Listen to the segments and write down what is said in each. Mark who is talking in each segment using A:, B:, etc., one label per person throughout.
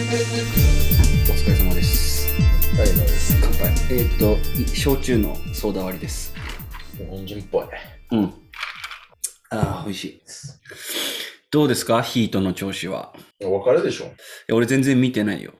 A: お疲れ様です。
B: はい、はい。
A: 乾杯。えっ、と、い焼酎のソーダ割りです。
B: 日本人っぽい。
A: うん。ああ、美味しい。どうですかヒートの調子は。
B: わかるでしょ
A: いや俺全然見てないよ。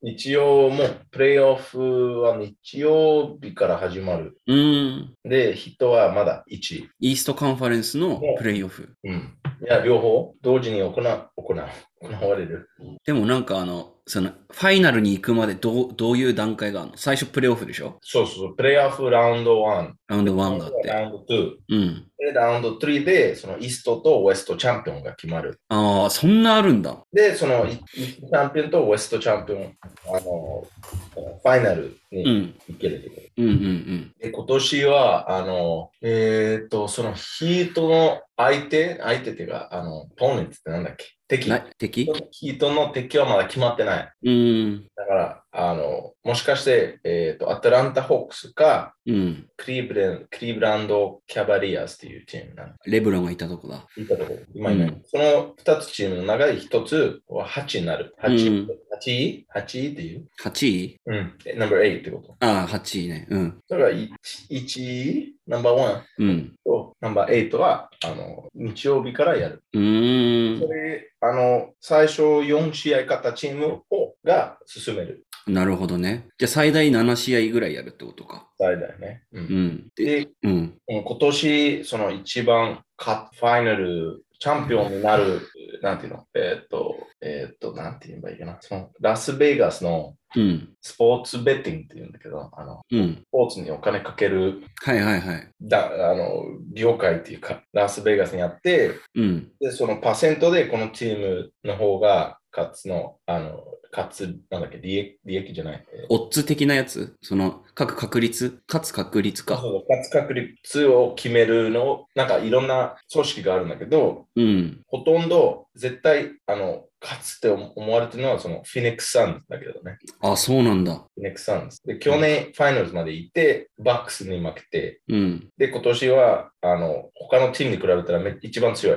B: 日曜も、プレイオフは日曜日から始まる。
A: うーん。
B: で、ヒットはまだ1位。
A: イーストカンファレンスのプレイオフ。
B: うん。いや、両方、同時に行う、行う、行われる。
A: でもなんかあの、その、ファイナルに行くまでどう、どういう段階があるの最初プレイオフでしょ
B: そうそう、プレイオフラウンド1、
A: ラウンド1があって。
B: ラウンド2、
A: うん。
B: でラウンド3で、そのイーストとウエストチャンピオンが決まる。
A: ああ、そんなあるんだ。
B: で、そのイイーストチャンピオンとウエストチャンピオン、あの、ファイナル
A: う
B: に
A: ん。
B: 行けるってこと。
A: うんうんうん。
B: で今年は、あの、えーっと、そのヒートの相手、相手っていうか、あの、ポーネンツってなんだっけ敵。
A: な敵
B: ヒートの敵はまだ決まってない。
A: うーん。
B: だから、あの、もしかして、えーっと、アトランタ・ホークスか、
A: うん。
B: クリーブランクリーブランド・キャバリアーズっていうチームなの。
A: レブロンがいたとこだ。
B: いたところ、今いない。
A: うん
B: その2つチームの中で1つは8になる。8位、
A: うん
B: 8位 ?8 位っていう
A: 8位
B: うん。えナンバー8ってこと。
A: ああ、8位ね。うん。
B: だから1、1位ナンバー1。
A: うん。
B: と、ナンバー8は、あの、日曜日からやる。
A: うー
B: それ、あの、最初4試合勝ったチームをが進める。
A: ん。なるほどね。じゃあ最大7試合ぐらいやるってことか。
B: 大だよね。う。
A: うんん。で、
B: で、
A: うん。
B: 今年、その一番カッファイナル、チャンピオンになる、なんていうのえーっ、と、えーっ、と、なんて言えばいいかな。その、ラスベガスの
A: うん。
B: スポーツベッティングって言うんだけど、あの、
A: うん。
B: スポーツにお金かける、
A: はいはいはい。
B: だ、あの、業界っていうか、ラスベガスにあって、
A: うん。
B: で、そのパーセントでこのチームの方が勝つの、あの、勝つ、なんだっけ、利益利益じゃない。えー
A: オッズ的なやつその、各確率勝つ確率か
B: そ。う勝つ確率を決めるのを、なんかいろんな組織があるんだけど、
A: うん。
B: ほとんど絶対、あの、勝つって思われてるのは、そのフィニックス・サンズだけどね。
A: あ、そうなんだ。
B: フィニックス・サンズ。で、去年ファイナルズまで行って、バックスに負けて、
A: うん。
B: で、今年は、あの、他のチームに比べたらめ一番強い。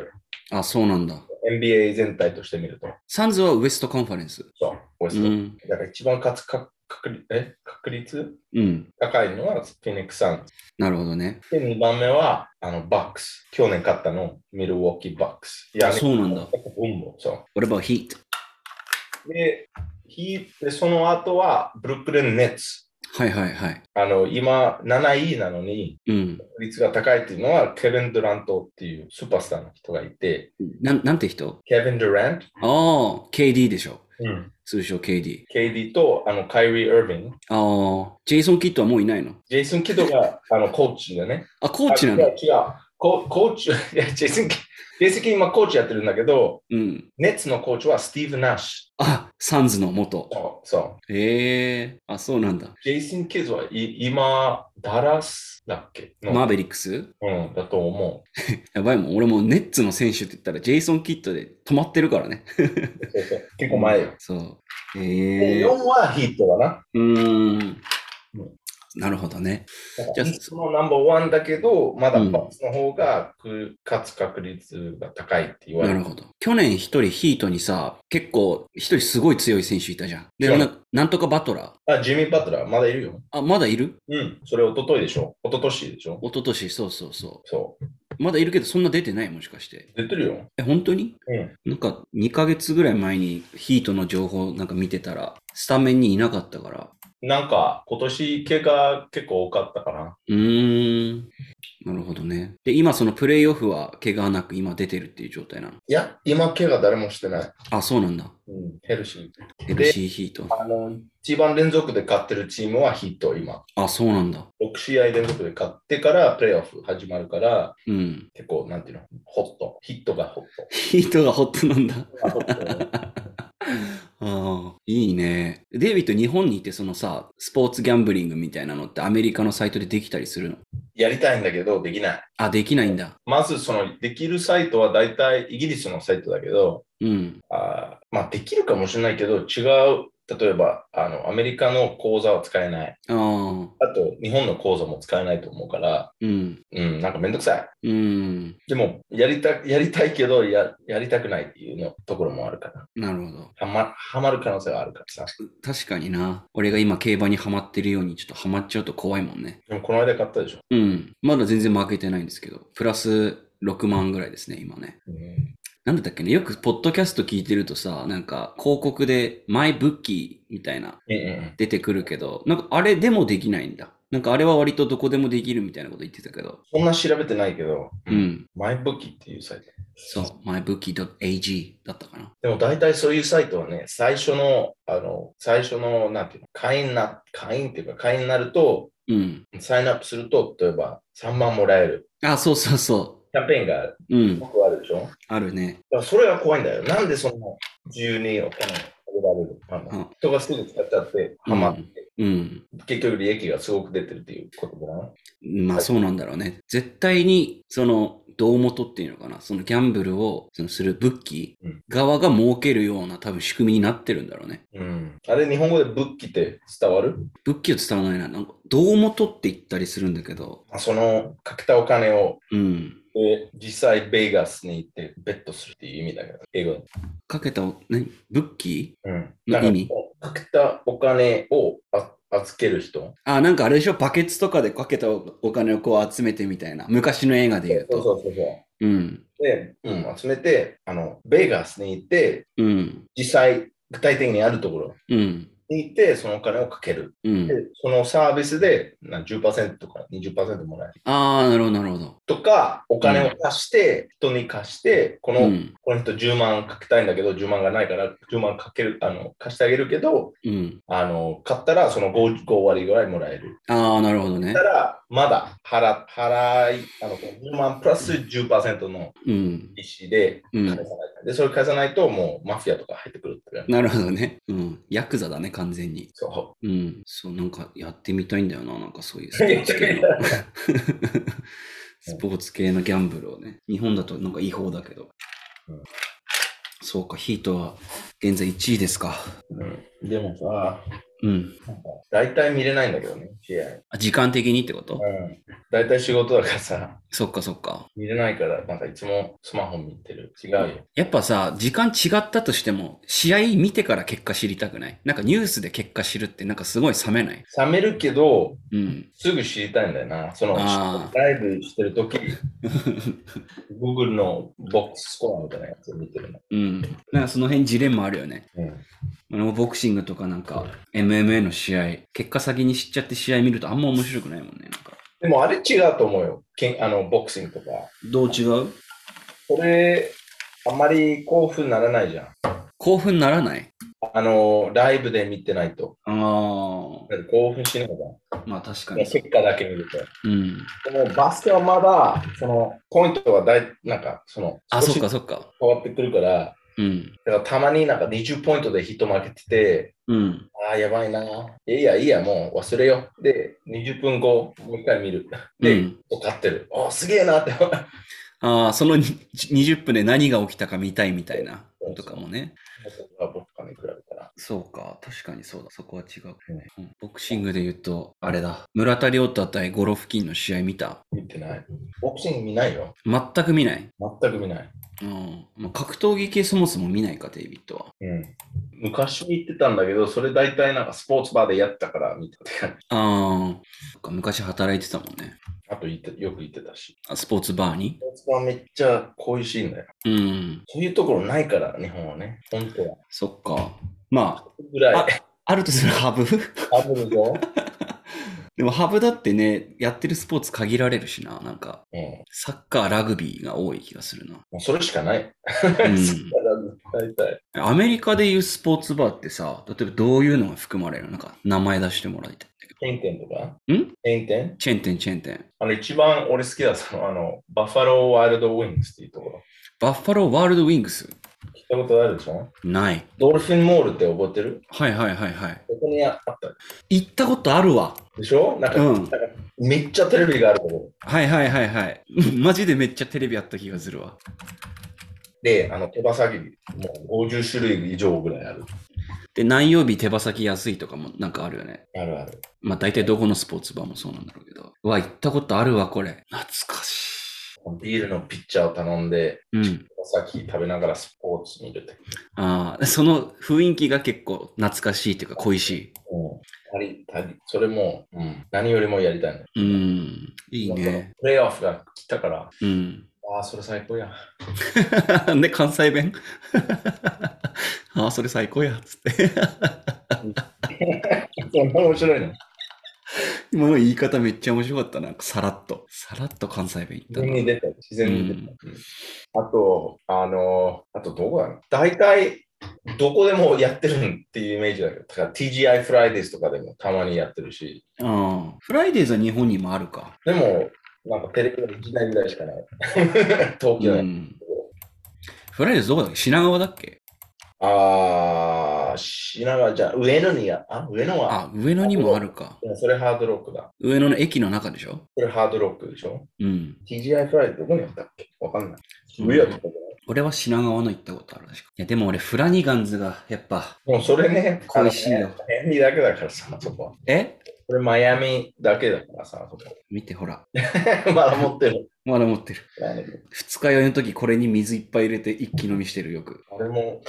A: あ、そうなんだ。
B: NBA 全体として見ると。
A: サンズはウエストカンファレンス。
B: そう、オイ
A: う
B: スト。
A: ん。
B: だから一番勝つ確確率、え確率
A: うん。
B: 高いのはフィニックス・サンズ。
A: なるほどね。
B: で、2番目はあのバックス。去年勝ったの、ミルウォーキー・バックス。い
A: あそうなんだ。
B: ボンボンそ
A: What about heat?
B: う。で、ヒーでその後はブルックリン・ネッツ。
A: はいはいはい。
B: あの、今、7位なのに、
A: うん。
B: 率が高いっていうのは、ケビン・ドゥラントっていうスーパースターの人がいて、
A: なん、なんて人
B: ケビン・ドゥラント、
A: ああ、KD でしょ。
B: うん、
A: 通称 KD。
B: KD とあのカイリー・イーヴィン、
A: ああ、ジェイソン・キッドはもういないの
B: ジェイソン・キッドがあのコーチだね。
A: あ、コーチなの
B: あ違う違うココーチ、いや、ジェイソン・キッド、ジェイソン・キッド今コーチやってるんだけど、
A: うん。
B: ネッツのコーチはスティーブ・ナッシュ。
A: あ、サンズの元。
B: そう。そう
A: へえ、あ、そうなんだ。
B: ジェイソン・キッズはい今、ダラスだっけの
A: マーベリックス
B: うん、だと思 う。
A: やばいもん。俺もうネッツの選手って言ったらジェイソン・キッドで止まってるからね。
B: そうそう結構前よ。
A: そう。
B: で
A: へえ。
B: 4
A: う
B: はヒットだな。
A: ーん。なるほどね。
B: だ
A: じ
B: か
A: ゃあ
B: らそのナンバーワンだけど、まだ
A: うん
B: パスの方がく勝つ確率が高いって言わ
A: な
B: れ
A: る
B: る。
A: ほど。去年一人ヒートにさ、結構一人すごい強い選手いたじゃん。で、
B: そう
A: ななんとかバトラー。
B: あ、ジミー・バトラー、まだいるよ。
A: あ、まだいる
B: うん、それ一昨日でしょ。一昨年でしょ。
A: 一昨年そうそうそ
B: そう。
A: う。まだいるけどそんな出てないもしかして。
B: 出てるよ。
A: え、本当に
B: うん。
A: なんか2ヶ月ぐらい前にヒートの情報なんか見てたら、スタメンにいなかったから。
B: なんか、今年怪我結構多かったかな。
A: うーん。なるほどね。で、今そのプレイオフは怪我なく今出てるっていう状態なの。
B: いや、今怪我誰もしてない。
A: あ、そうなんだ。
B: うん、ヘルシー。
A: ヘルシーヒート。
B: あの、一番連続で勝ってるチームはヒット、今。
A: あ、そうなんだ。
B: 6試合連続で勝ってから、プレーオフ始まるから、
A: うん。
B: 結構、なんていうの、ホット。ヒットがホッ
A: ヒートがホットなんだ。
B: ト。ホット
A: ああ、いいね。デイビッド、日本にいてそのさ、スポーツギャンブリングみたいなのってアメリカのサイトでできたりするの
B: やりたいんだけど、できない。
A: あ、できないんだ。
B: まず、その、できるサイトは大体イギリスのサイトだけど、
A: うん。
B: あーまあ、できるかもしれないけど、違う例えば、あの、アメリカの口座は使えない。
A: ああ。
B: あと、日本の口座も使えないと思うから、
A: うん。
B: うん、なんかめんどくさい。
A: うん。
B: でも、やりた、やりたいけど、や、やりたくないっていうのところもあるから。
A: なるほど。
B: はま、はまる可能性はあるからさ。
A: 確かにな。俺が今競馬にハマってるように、ちょっとハマっちゃうと怖いもんね。
B: でも、この間買ったでしょ。
A: うん。まだ全然負けてないんですけど、プラス6万ぐらいですね、今ね。
B: うん。
A: なんだったっけね、よくポッドキャスト聞いてるとさ、なんか広告でマイブッキーみたいな
B: うんうん
A: 出てくるけど、なんかあれでもできないんだ。なんかあれは割とどこでもできるみたいなこと言ってたけど。
B: そんな調べてないけど、
A: う。ん。
B: マイブキっていうサイト。
A: そう、mybookie.ag だったかな。
B: でも大体そういうサイトはね、最初の、あの、最初の、なんていうの、会員な、会員っていうか、会員になると、
A: うん。
B: サインアップすると、例えば3万もらえる。
A: あ、そうそうそ
B: キャンペーンが
A: う。うん。
B: 僕あるでしょだか
A: あるね。
B: らそれが怖いんだよ。なんでそんな自由にお金を
A: う
B: あげられる
A: ん
B: の人がすぐ使っちゃって、
A: うん
B: ハマって、
A: うん。
B: 結局利益がすごく出てるっていうことだな。
A: まあそうなんだろうね。絶対に、その、胴元っていうのかな。そのギャンブルをそのするブッキ
B: うん
A: ー側が儲けるような多分仕組みになってるんだろうね。
B: うん。あれ、日本語でブッキって伝わる
A: ブッキーは伝わらないな。なんか、胴元って言ったりするんだけど、
B: まあその、かけたお金を、
A: うん。
B: で実際、ベイガスに行って、ベットするっていう意味だけど、英語で。
A: かけたお、何ブッキー
B: うん。
A: の意味
B: なんか、かけたお金をあ預ける人。
A: あ、なんかあれでしょバケツとかでかけたおお金をこう集めてみたいな。昔の映画で言うと。
B: そうそうそうそ
A: うん。
B: う。で、うん、集めて、あの、ベイガスに行って、
A: うん。
B: 実際、具体的にあるところ
A: うん。
B: に行って、そのお金をかける。
A: うん
B: で。、そのサービスで、な10%とか20%もらえる。
A: ああ、なるほど、なるほど。
B: とか、お金を貸して、人に貸して、こ
A: う
B: の、
A: ん。
B: この人10万かけたいんだけど、10万がないから、10万かける、あの、貸してあげるけど、
A: うん。
B: あの、買ったら、その 5, 5割ぐらいもらえる。
A: ああ、なるほどね
B: た。ら、まだ払払い、あの10万プラス10%の
A: うん。
B: 利子で
A: う
B: 返さなんい。で、それ返さないと、もうマフィアとか入ってくるって感じ。
A: なるほどね。うん。ヤクザだね、完全に。
B: そ
A: うん。そう、なんかやってみたいんだよな、なんかそういうスポーツ系 の。スポーツ系のギャンブルをね。日本だとなんか違法だけど
B: うん。
A: そうか、ヒートは現在1位ですか。
B: う。うん、でもさ、
A: うん。
B: なんか大体見れないんだけどね、試合。
A: あ時間的にってこと
B: うん。大体仕事だからさ、
A: そっかそっか。
B: 見れないから、なんかいつもスマホ見てる。違うよ。
A: やっぱさ、時間違ったとしても、試合見てから結果知りたくないなんかニュースで結果知るってなんかすごい冷めない
B: 冷めるけど、
A: うん。
B: すぐ知りたいんだよな。その、
A: あ
B: ライブしてる とき、Google のボックススコアみたいなやつを見てるの。
A: うん。なんかその辺ジレンマあるよね。
B: うん。
A: あのボクシングとかなんか MMA の試合、結果先に知っちゃって試合見るとあんま面白くないもんね。なんか
B: でもあれ違うと思うよ。けんあのボクシングとか。
A: どう違う
B: これ、あんまり興奮ならないじゃん。
A: 興奮ならない
B: あの、ライブで見てないと。
A: ああ、
B: なんか興奮しないじゃ
A: まあ確か
B: ん。
A: にそ
B: 結果だけ見ると。
A: う。うん。
B: でもバスケはまだ、その、ポイントがだい、なんか、その、
A: あ、
B: 少
A: そっ
B: し
A: かそっか。
B: 変わってくるから、
A: うん。
B: だからたまになんか20ポイントでヒット負けてて、
A: うん。
B: ああ、やばいな。いやいや、いいや、もう忘れよう。で、20分後、もう一回見る。で、
A: うん
B: 勝ってる。ああ、すげえなって。
A: ああ、そのに20分で何が起きたか見たいみたいなとかもね。
B: 僕からに比べたら。
A: そうか、確かにそうだ。そこは違う。
B: うん
A: うんボクシングで言うと、あれだ。村田亮太対ゴロフキンの試合見た
B: 見てない。ボクシング見ないよ。
A: 全く見ない。
B: 全く見ない。
A: うん。まあ格闘技系そもそも見ないか、デイビッドは。
B: うん。昔見てたんだけど、それ大体なんかスポーツバーでやったから見てたって感じ。
A: ああ、そっか昔働いてたもんね。
B: あと行ってよく行ってたし。
A: あスポーツバーに
B: ス。ポーツバーめっちゃ恋しいんだよ。
A: うん、
B: そういうところないから、日本はね。本当は。
A: そっか。ま
B: ぐらい。
A: あ、あるとするハブ
B: あるぞ。
A: でもハブだってね、やってるスポーツ限られるしな。なんか、
B: うん。
A: サッカー、ラグビーが多い気がするな。
B: もう それしかない。
A: うん。
B: 大体。
A: アメリカでいうスポーツバーってさ、例えばどういうのが含まれるのなんか、名前出してもらいたいんだけ
B: チェーン店とか
A: ど。ん
B: チェーン店
A: チェーン店、チェーン店。
B: あの、一番俺好きだったのは、あの、バッファローワイルドウィングスっていうところ。
A: バッファローワールドウィングス
B: 聞いたことあるでしょ
A: ない。
B: ドルフィンモールって覚えてる
A: はいはいはいはい。
B: ここにあった。
A: 行ったことあるわ。
B: でしょなんか、
A: うん
B: なんかめっちゃテレビがあるところ。
A: はいはいはいはい。 マジでめっちゃテレビあった気がするわ。
B: で、あの、手羽先、もう50種類以上ぐらいある。
A: で、何曜日手羽先安いとかもなんかあるよね。
B: あるある。
A: まあ大体どこのスポーツバーもそうなんだろうけど。うわ、行ったことあるわ、これ。懐かしい。
B: ビールのピッチャーを頼んで、
A: うん。
B: さっき食べながらスポーツ見るって。
A: ああ、その雰囲気が結構懐かしいっていうか恋し
B: うん。足り、足り、それも、うん、何よりもやりたいね。
A: い。うん。いいね。
B: プレイオフが来たから、
A: うん。
B: ああ、それ最高や。
A: で、関西弁ああ、それ最高や。つって。
B: そんな面白いの
A: 今の言い方めっちゃ面白かったな。さらっと。さらっと関西弁
B: 自然
A: 言
B: に
A: ったな。
B: 出た。自然に出た。うんあと、あのー、あとどこやろ大体、どこでもやってるっていうイメージだけど、だから TGI フライデーズとかでもたまにやってるし、
A: ああ。フライデーズは日本にもあるか。
B: でも、なんかテレビの時代ぐらいし かない。東京
A: う
B: や、
A: ん。フライデーズどこだっけ品川だっけ
B: ああ、品川じゃあ、上野にや、あ、上野は、
A: あ、上野にもあるか。
B: でもそれハードロックだ。
A: 上野の駅の中でしょ
B: それハードロックでしょ
A: うん。
B: ?TGI フライデーズどこにやったっけわかんない。
A: うん
B: 上野とかじゃない
A: 俺は品川の行ったことある確か。いや、でも俺、フラニガンズが、やっぱ、
B: もうそれね、あの
A: 恋しいよ。
B: マイアミだけだからさ、そこは。
A: え
B: これマイアミだけだからさ、そこ。
A: 見て、ほら。
B: まだ持ってる。
A: まだ持ってる。
B: あ
A: 二日酔いの時、これに水いっぱい入れて、一気飲みしてる、よく。
B: れも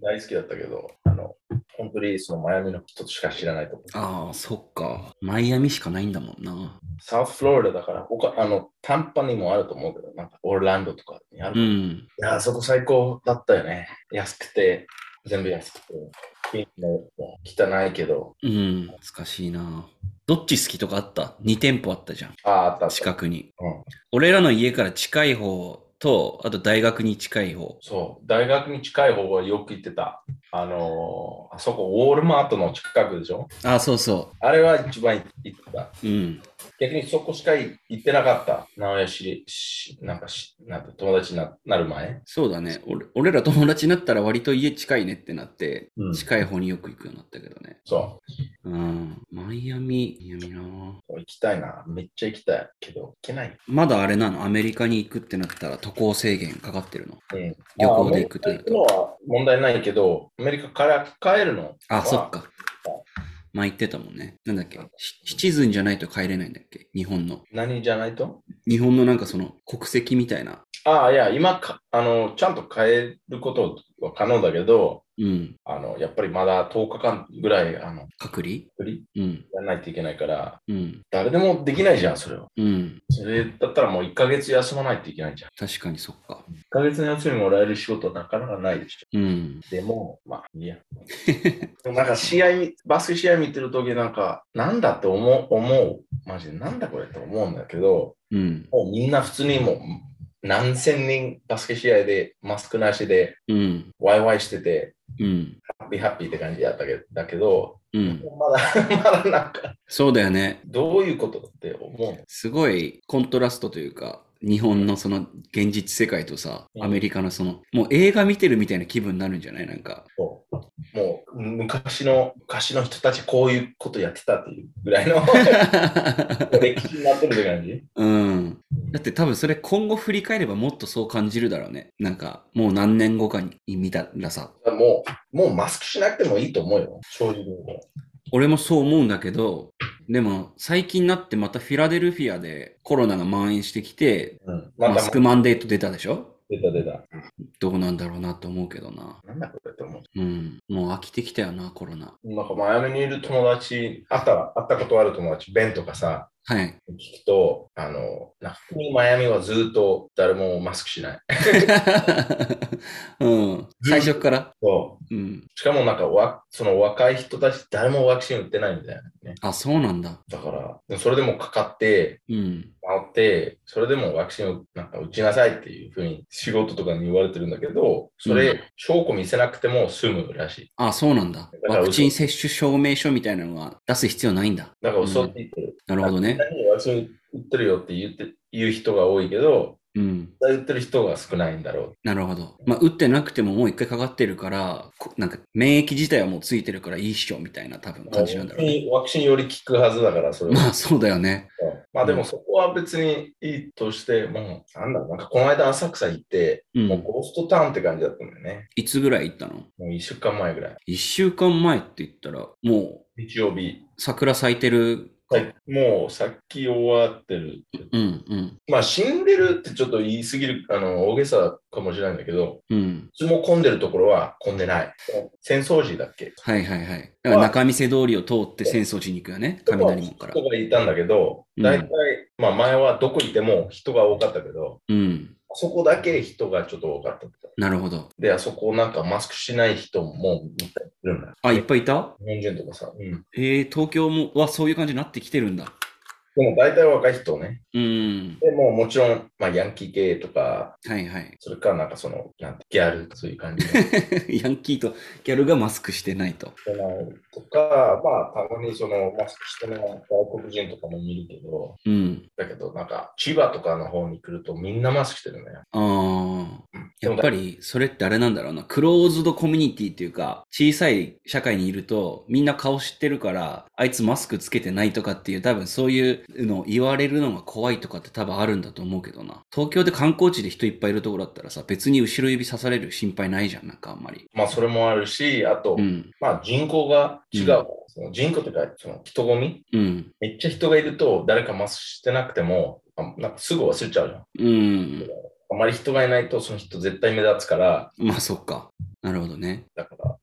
B: 大好きだったけど、あの、本当にそのマイアミの人しか知らないと思う。
A: ああ、そっか。マイアミしかないんだもんな。
B: サウスフロリダだから、他、あの、短波にもあると思うけど、なんかオーランドとかにある。
A: う
B: い
A: ん。
B: や、あそこ最高だったよね。安くて、全部安くて。ピンクのも汚いけど、
A: うん。懐かしいな。どっち好きとかあった二店舗あったじゃん。
B: ああ、あったあった。
A: 近くに。
B: うん
A: 俺らの家から近い方と、あと大学に近い方。
B: そう、大学に近い方がよく行ってた。あのーあそこ、ウォールマートの近くでしょ
A: ああ、そうそ
B: あれは一番行ってた。
A: う。うん。
B: 逆にそこしか行ってなかった。名古屋市り、しなんかし、なんて友達にななる前。
A: そうだね俺。俺ら友達になったら割と家近いねってなって、
B: うん
A: 近い方によく行くようになったけどね。
B: そ
A: うん。マイアミ、マイアミなぁ
B: う。行きたいな。めっちゃ行きたいけど、行けない。
A: まだあれなのアメリカに行くってなったら渡航制限かかってるの。
B: うん、
A: 旅行で行くと
B: と
A: なると
B: のは問題ないけど、アメリカから帰るの
A: あ、
B: は
A: そっか。まあ言ってたもんね。なんだっけシシチズンじゃないと帰れないんだっけ日本の。
B: 何じゃないと
A: 日本のなんかその国籍みたいな。
B: ああ、いや、今かあの、ちゃんと帰ることは可能だけど、
A: うん。
B: あのやっぱりまだ10日間ぐらい、あの、
A: 隔離
B: 振り
A: うん。
B: やらないといけないから、
A: うん。
B: 誰でもできないじゃん、それは。
A: うん。
B: それだったらもう1ヶ月休まないといけないじゃん。
A: 確かにそっか。
B: 1ヶ月の休みもらえる仕事はなかなかないでし
A: うん。
B: ょ。でも、まあ、いいや。でもなんか試合、バスケ試合見てるときなんか、なんだって思う、思う。マジでなんだこれって思うんだけど、
A: うん。
B: もうみんな普通にもう何千人バスケ試合でマスクなしで
A: うん。
B: ワイワイしてて、
A: うん。
B: ハッピーハッピーって感じだったけど、だけど、
A: うん。
B: まだ、 まだなんか、
A: そうだよね。
B: どういうことって思う
A: すごいコントラストというか、日本のその現実世界とさ、
B: うん
A: アメリカのその、もう映画見てるみたいな気分になるんじゃないなんか。
B: そうもう昔の昔の人たちこういうことやってたっていうぐらいの 歴史になってるって感じ
A: うん。だって多分それ今後振り返ればもっとそう感じるだろうね。なんか、もう何年後かに見たらさ。
B: もう、もうマスクしなくてもいいと思うよ、正直にも
A: 俺もそう思うんだけど、でも最近になってまたフィラデルフィアでコロナが蔓延してきて、
B: う。うん、ま
A: マ
B: た
A: スクマンデート出たでしょ
B: 出た出た。
A: どうなんだろうなと思うけどな。
B: なんだこれって思う。
A: うん。もう飽きてきたよな、コロナ。
B: なんかマイアミにいる友達、会った会ったことある友達、ベンとかさ、
A: はい。
B: 聞くと、あの、なんかマイアミはずっと誰もマスクしない。
A: うん、最初から。
B: そう
A: うん。
B: しかもなんかわ、その若い人たち、誰もワクチン打ってないみたいなね。
A: あ、そうなんだ。
B: だから、それでもかかって、
A: うん。
B: 治って、それでもワクチンをなんか打ちなさいっていうふうに仕事とかに言われてるんだけど、それ、
A: うん
B: 証拠見せなくても済むらしい。
A: あ、そうなんだ。
B: から
A: ワクチン接種証明書みたいなのは出す必要ないんだ。
B: だから嘘ついてる。
A: なるほどね。
B: 何ワクチン打ってるよって言って言う人が多いけど、
A: うん。
B: 打ってる人が少ないんだろ
A: なるほど。まあ、打ってなくてももう一回かかってるから、こなんか免疫自体はもうついてるからいいっしょみたいな多分
B: う。
A: 感じなんだろうね。
B: ワクチンより効くはずだから、それは。
A: まあ、そうだよね。
B: まあでもそこは別にいいとして、もう、なんだろう、なんかこの間浅草行って、
A: う。
B: もうんゴーストタウンって感じだったんだよね。
A: いつぐらい行ったの
B: もう1週間前ぐらい。
A: ?1 週間前って言ったら、もう
B: 日曜日。
A: 桜咲いてる。
B: はい、もうさっき終わってる。
A: うんうん。
B: まあ死んでるってちょっと言い過ぎる、あの、大げさかもしれないんだけど、
A: うん。
B: いつも混んでるところは混んでない。戦争時だっけ
A: はいはいはい。だから中見世通りを通って浅草寺に行くよね。雷門から
B: 人。がいたんだけど、
A: うん
B: 大体、まあ前はどこ行っても人が多かったけど、
A: うん。
B: あそこだけ人がちょっと多かった。
A: なるほど。
B: で、あそこなんかマスクしない人もいたりするんだよ。
A: あ、いっぱいいた
B: 日本人とかさ。うん。
A: えー、東京もはそういう感じになってきてるんだ。
B: でも大体若い人ね。
A: うん。
B: でもうもちろん、まあヤンキー系とか、
A: はいはい。
B: それからなんかその、なんて、ギャル、そういう感じの
A: ヤンキーとギャルがマスクしてないと。
B: 人なんとか、まあたまにそのマスクしてない外国人とかも見るけど、
A: うん。
B: だけどなんか千葉とかの方に来るとみんなマスクしてるね。
A: ああ。
B: うん
A: やっぱりそれってあれなんだろうな。クローズドコミュニティっていうか、小さい社会にいるとみんな顔知ってるから、あいつマスクつけてないとかっていう多分そういうのを言われるのが怖いとかって多分あるんだと思うけどな。東京で観光地で人いっぱいいるところだったらさ、別に後ろ指刺される心配ないじゃん、なんかあんまり。
B: まあそれもあるし、あと、
A: うん。
B: まあ人口が違う。
A: うん
B: その人口というか、その人混み
A: うん。
B: めっちゃ人がいると誰かマスクしてなくても、あなんかすぐ忘れちゃうじゃん。
A: うん。
B: あまり人がいないとその人絶対目立つから、
A: まあそっか。なるほどね。
B: だから。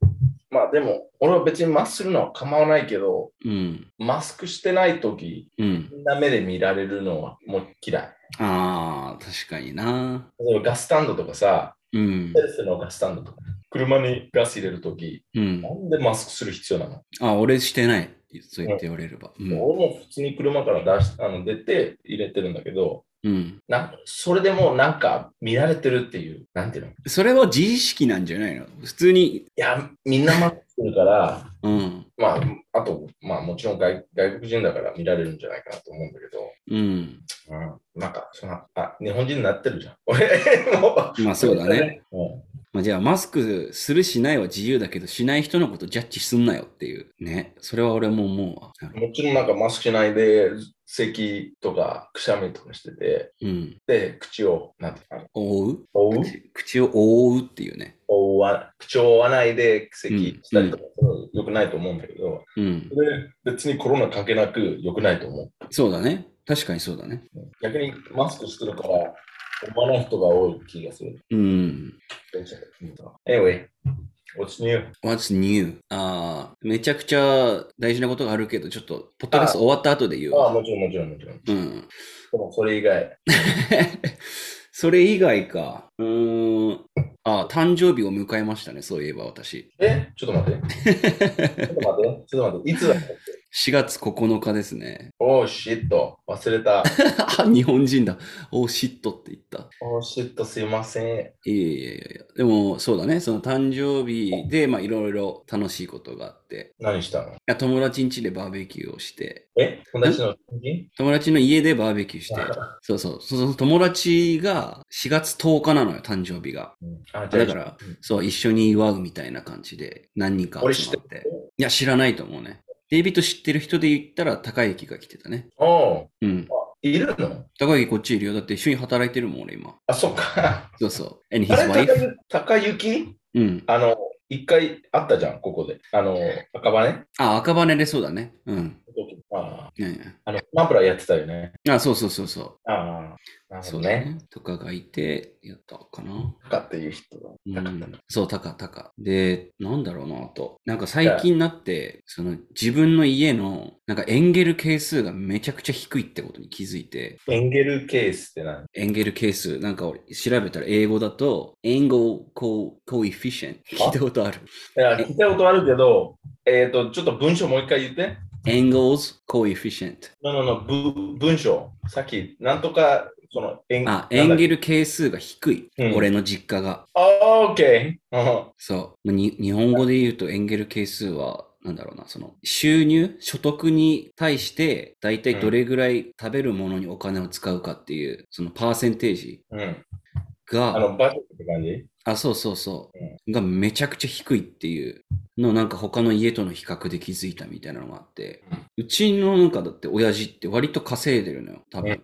B: まあでも、俺は別にマスクするのは構わないけど、
A: うん。
B: マスクしてない時
A: うん。
B: みんな目で見られるのはもう嫌い。
A: ああ、確かにな。
B: 例えばガススタンドとかさ、
A: うん
B: ペ。ルスのガススタンドとか、車にガス入れる時
A: うん
B: な。んでマスクする必要なの、
A: あ、俺してない。そう言って言われれば。うん。
B: 俺も普通に車から出しあの出て入れてるんだけど、
A: うん。
B: なそれでもうなんか見られてるっていう、なんていうのい
A: それは自意識なんじゃないの普通に。
B: や、みんなマスクするから、
A: うん。
B: まあ、あと、まあもちろん外外国人だから見られるんじゃないかなと思うんだけど、
A: うん。
B: うん、なんかそのあ、日本人になってるじゃん。俺も
A: まあそうだね。。
B: うん
A: まあ、じゃあマスクするしないは自由だけど、しない人のことジャッジすんなよっていう。ね。それは俺も思うわ。
B: もちろんなんかマスクしないで、咳とかくしゃみとかしてて、
A: うん。
B: で、口を、なんていうのかな、
A: 覆う
B: 覆う
A: 口口を覆うっていうね。
B: 覆わ口を覆わないで咳したりとか、よくないと思うんだけど、
A: うん。
B: それ別にコロナ関係なくよくないと思う。
A: そうだね。確かにそうだね。
B: 逆にマスクしてるから、思わない人が多い気がする。
A: うん。
B: Anyway, what's new?
A: What's new? ああ、めちゃくちゃ大事なことがあるけど、ちょっと、ポッドキャスト終わった後で言う
B: ああ、
A: わ。
B: もちろんもちろんもちろん。で
A: うん。
B: もそれ以外。
A: それ以外か。うーん。ああ、誕生日を迎えましたね、そういえば私。
B: えちょっと待って。ちょっと待って。ちょっと待って。いつだったっけ
A: 4月9日ですね。
B: おー、シット。忘れた。
A: あ、日本人だ。おー、シットって言った。
B: おー、シット、すいません。
A: いやいやいやいや。でも、そうだね。その誕生日で、まあ、いろいろ楽しいことがあって。
B: 何したの
A: いや友達ん家でバーベキューをして、
B: え友達の人、
A: 友達の家でバーベキューしてそうそう、その友達が4月10日なのよ、誕生日が。
B: あ、じゃ
A: だ
B: あ
A: から、そう、一緒に祝うみたいな感じで、何人か
B: 俺知
A: 集
B: って
A: まって。いや、知らないと思うね。デイビッド知ってる人で言ったら、高之が来てたね。
B: おー、
A: うん。
B: いるの
A: 高之こっちいるよ。だって一緒に働いてるもん、俺今。
B: あ、そ っか。
A: そうそう。And
B: あ
A: his
B: れ
A: wife?
B: 高ゆき
A: うん。
B: あの、一回あったじゃん、ここで。あの、赤羽ね。
A: あ、赤羽でそうだね。うん。
B: あ
A: ね
B: あの、マンプラーやってたよね。
A: あ、そうそうそうそ
B: ああ、
A: う。
B: なる
A: そ
B: ほど
A: うだ
B: ね。
A: ね。とかがいて、やったかな。
B: とかっていう人だ。
A: う
B: なかった
A: ん
B: な、
A: そう、高、高。で、なんだろうな、あと。なんか最近になって、その自分の家の、なんかエンゲル係数がめちゃくちゃ低いってことに気づいて、
B: エンゲルケースって何
A: エンゲル係数、なんか俺調べたら英語だと、エンゴココエフィシェント。聞いたことある。
B: いや、聞いたことあるけど、えっ、と、ちょっと文章もう一回言って。
A: エンゴーズコエフィシェント。
B: のののぶ文章。さっき、なんとか、その、エン
A: あ、エンゲ
B: ル。
A: ル係数が低い。
B: うん
A: 俺の実家が。
B: あー、オッケー。
A: そう。に日本語で言うとエンゲル係数は、なんだろうな、その収入、所得に対して、大体どれぐらい食べるものにお金を使うかっていう、そのパーセンテージ
B: うん。うんあ
A: が、
B: の、バジェットって感じ
A: あ、そうそうそう、がめちゃくちゃ低いっていうのをなんか他の家との比較で気づいたみたいなのがあって、うちのなんかだって親父って割と稼いでるのよ、多分。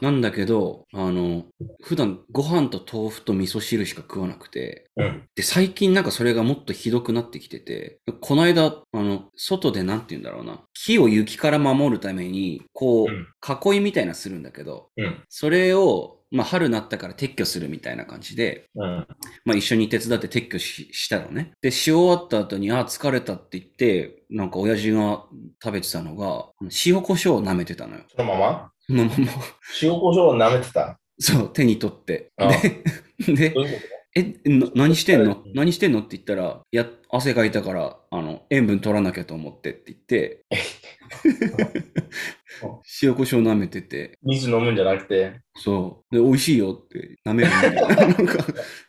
A: なんだけど、あの、普段ご飯と豆腐と味噌汁しか食わなくて、
B: うん。
A: で、最近なんかそれがもっとひどくなってきてて、この間、あの、外でなんて言うんだろうな、木を雪から守るために、こ
B: うん
A: う、囲いみたいなのするんだけど、
B: うん。
A: それを、まあ、春なったから撤去するみたいな感じで、
B: うん。
A: まあ、一緒に手伝って撤去ししたのね。で、し終わった後に、あー疲れたって言って、なんか親父が食べてたのが、塩コショウを舐めてたのよ。
B: そのまま
A: そのま ま、
B: 塩コショウを舐めてた。
A: そう、手に取って。
B: ああ
A: で、で
B: どういうこ
A: え、な何してんの
B: うん
A: 何してんのって言ったら、いや、汗かいたから、あの、塩分取らなきゃと思ってって言って
B: うん、
A: 塩コショウ舐めてて、
B: と水飲むんじゃなくて。
A: そう、で、美味しいよって、舐めるみたい な、なんか、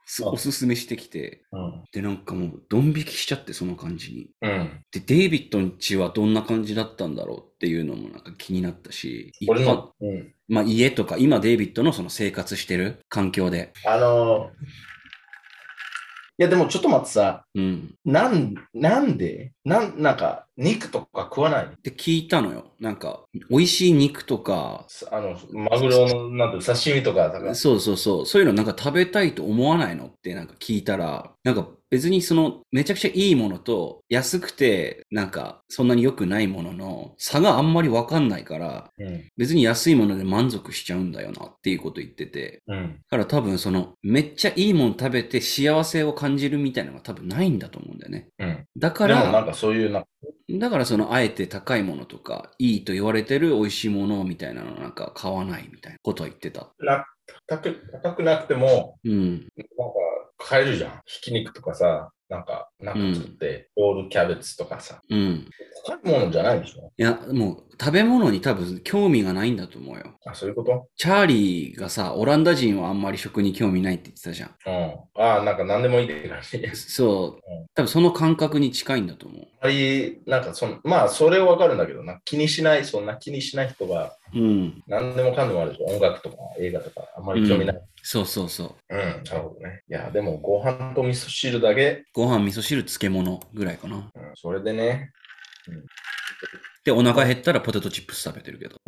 A: す
B: うん
A: おすすめしてきて、
B: うん。
A: で、なんかもう、ドン引きしちゃって、その感じに。
B: うん。
A: で、デイビッドの家はどんな感じだったんだろうっていうのもなんか気になったし、一
B: 俺
A: 般
B: の、うん。
A: まあ家とか、今デイビッドのその生活してる環境で、
B: あのー、いや、でもちょっと待ってさ、
A: うん、
B: なん、なんでなん、なんか、肉とか食わない
A: で聞いたのよ。なんか、美味しい肉とか、
B: さあの、マグロの、なんて、刺身とか、だから、
A: そうそうそう、そういうのなんか食べたいと思わないのってなんか聞いたら、なんか別にそのめちゃくちゃいいものと安くてなんかそんなに良くないものの差があんまりわかんないから、
B: うん。
A: 別に安いもので満足しちゃうんだよなっていうこと言ってて。
B: うん。
A: だから多分そのめっちゃいいもの食べて幸せを感じるみたいなのが多分ないんだと思うんだよね。
B: うん。
A: だか
B: でも、な
A: ら
B: ん、かそういう、なんか、
A: だからそのあえて高いものとかいいと言われてる美味しいものみたいなのなんか買わないみたいなことを言ってた。
B: な高く高くなくても、
A: うん。
B: なんか、買えるじゃん。ひき肉とかさ、なんか、なんか作って、ロールキャベツとかさ、
A: うん。
B: 高いものじゃないでしょ
A: いや、もう食べ物に多分興味がないんだと思うよ。
B: あ、そういうこと
A: チャーリーがさ、オランダ人はあんまり食に興味ないって言ってたじゃん。
B: うん。ああ、なんか何でもいいって感じ。
A: そう
B: うん。
A: 多分その感覚に近いんだと思う。
B: あまり、なんかその、まあ、それはわかるんだけどな、気にしない、そんな気にしない人が、
A: うん。
B: 何でもかんでもあるでしょ。音楽とか映画とか、あんまり興味ない。
A: そうそうそう。
B: うん、なるほどね。いや、でも、ご飯と味噌汁だけ、
A: ご飯、味噌汁、漬物ぐらいかな。
B: うん、それでね。
A: で、お腹減ったらポテトチップス食べてるけど。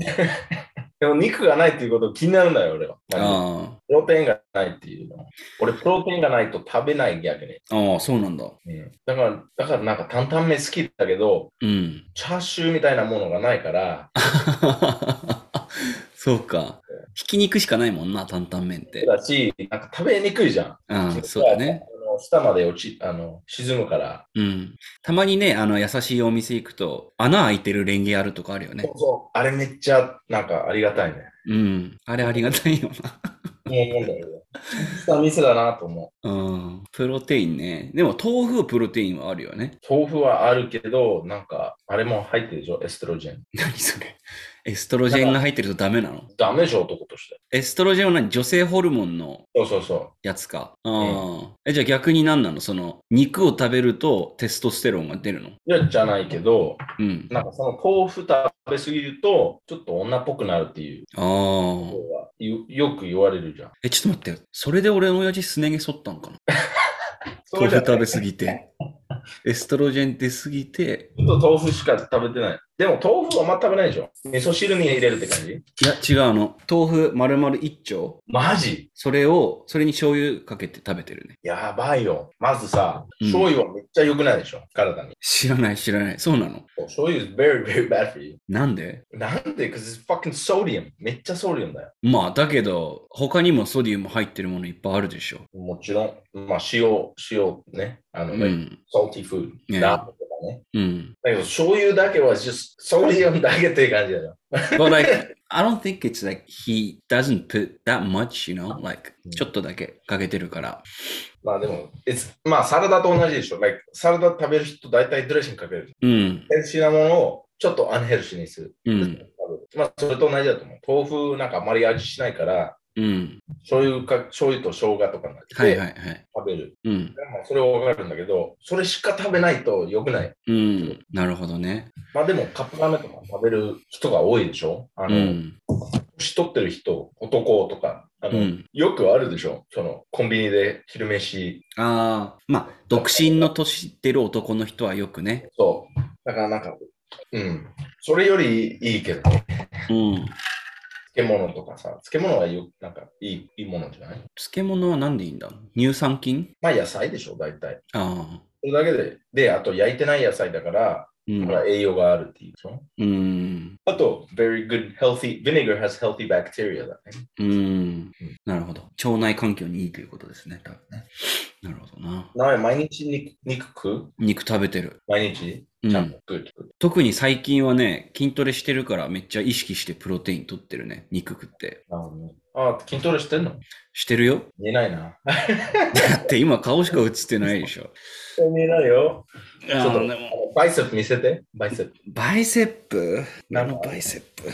B: でも、肉がないっていうこと気になるんだよ、俺は。
A: あ
B: プロテインがないっていうの。俺、プロテインがないと食べない逆に。
A: あ、ああ、そうなんだ。
B: うん、だから、だからなんか担々麺好きだけど、
A: うん。
B: チャーシューみたいなものがないから、
A: そうか。ひき肉しかないもんな、担々麺って。
B: だし、なんか食べにくいじゃ
A: あ
B: ん。
A: あ、そうだね。
B: あの。下まで落ち、あの、沈むから。
A: うん。たまにね、あの、優しいお店行くと、穴開いてるレンゲあるとかあるよね
B: そう。そう、あれめっちゃ、なんかありがたいね。
A: うん。あれありがたいよな。
B: もう思うんだけど。 下店だなと思う。
A: うん。プロテインね。でも、豆腐はプロテインはあるよね。
B: 豆腐はあるけど、なんか、あれも入ってるでしょ、エストロゲン。
A: 何それ。エストロジェンが入ってるとダメなの
B: ダメでしょ、男として。
A: エストロジェンは何女性ホルモンの
B: そうそうそ
A: やつか。ああ。え、じゃあ逆に何なのその、肉を食べるとテストステロンが出るの
B: う。いや、じゃないけど、
A: うん。
B: なんかその豆腐食べ過ぎると、ちょっと女っぽくなるっていう
A: ああ。
B: ことはよよく言われるじゃん。
A: え、ちょっと待って。それで俺の親父すね毛剃ったんかな
B: そう
A: 豆
B: じ
A: 腐
B: ゃない
A: 食べすぎ て。エストロジェン出すぎて。
B: ちょっと豆腐しか食べてない。でも豆腐はあんま食べないでしょ。味噌汁に入れるって感じ
A: いや、違うあの。豆腐丸々一丁。
B: マジ
A: それを、それに醤油かけて食べてるね。
B: やばいよ。まずさ、
A: うん
B: 醤油はめっちゃ良くないでしょ、体に。
A: 知らない、知らない。そうなの。
B: 醤油 is very, very bad for you.
A: なんで
B: なんで ?Cause it's fucking sodium. めっちゃソディウムだよ。
A: まあ、だけど、他にもソディウム入ってるものいっぱいあるでしょ。
B: もちろん、まあ塩、塩ね。あの、
A: う
B: like
A: ん。
B: salty food.
A: ね
B: ラーメンとかね。
A: うん。
B: だけど醤油だけは just ソディウムだけっていう感じだよ。
A: But like, I don't think it's like he doesn't put that much, you know? Like,
B: うん
A: ちょっとだけかけてるから。
B: まあでも、it's- まあサラダと同じでしょ。Like サラダ食べる人大体ドレッシングかける。
A: うん。
B: ヘルシーなものをちょっとアンヘルシーにする。
A: うん。
B: まあそれと同じだと思う。豆腐なんかあまり味しないから、
A: うん。
B: 醤油か醤油と生姜とかになって
A: はいはいはい。
B: 食べる。
A: うん。
B: でもそれはわかるんだけど、それしか食べないと良くない。
A: うん。なるほどね。
B: まあでもカップラーメンとか食べる人が多いでしょあ
A: う
B: の、
A: ん。
B: 年取ってる人、男とかあ
A: う
B: の、
A: ん。
B: よくあるでしょその、コンビニで昼飯。
A: ああ、まあ、独身の年ってる男の人はよくね。
B: そう。だからなんか、うん。それよりいいけど、
A: うん。
B: 漬物とかさ、漬物はよなんかいいいいものじゃない
A: 漬物は何でいいんだ乳酸菌
B: まあ野菜でしょ、大体。
A: ああ。
B: それだけで。で、あと焼いてない野菜だから、
A: う
B: だ
A: ん
B: か。ら栄養があるっていうでしょ。
A: うん。
B: あと、very good, healthy, vinegar has healthy bacteria だね。
A: うん。なるほど。腸内環境にいいということですね。多分ね。なるほどな。
B: な毎日肉肉食う
A: 肉食べてる。
B: 毎日
A: う
B: ちゃんと
A: ん、
B: 食うってこと
A: 特に最近はね、筋トレしてるからめっちゃ意識してプロテイン取ってるね。肉食って。
B: なるほどねああ、筋トレしてんの
A: してるよ。
B: 見えないな。
A: だって今顔しか映ってないでしょ。
B: 見えないよ。
A: あ
B: ちょっと
A: ーでも
B: バイセップ見せて。バイセップ。
A: バイセップあのバイセップ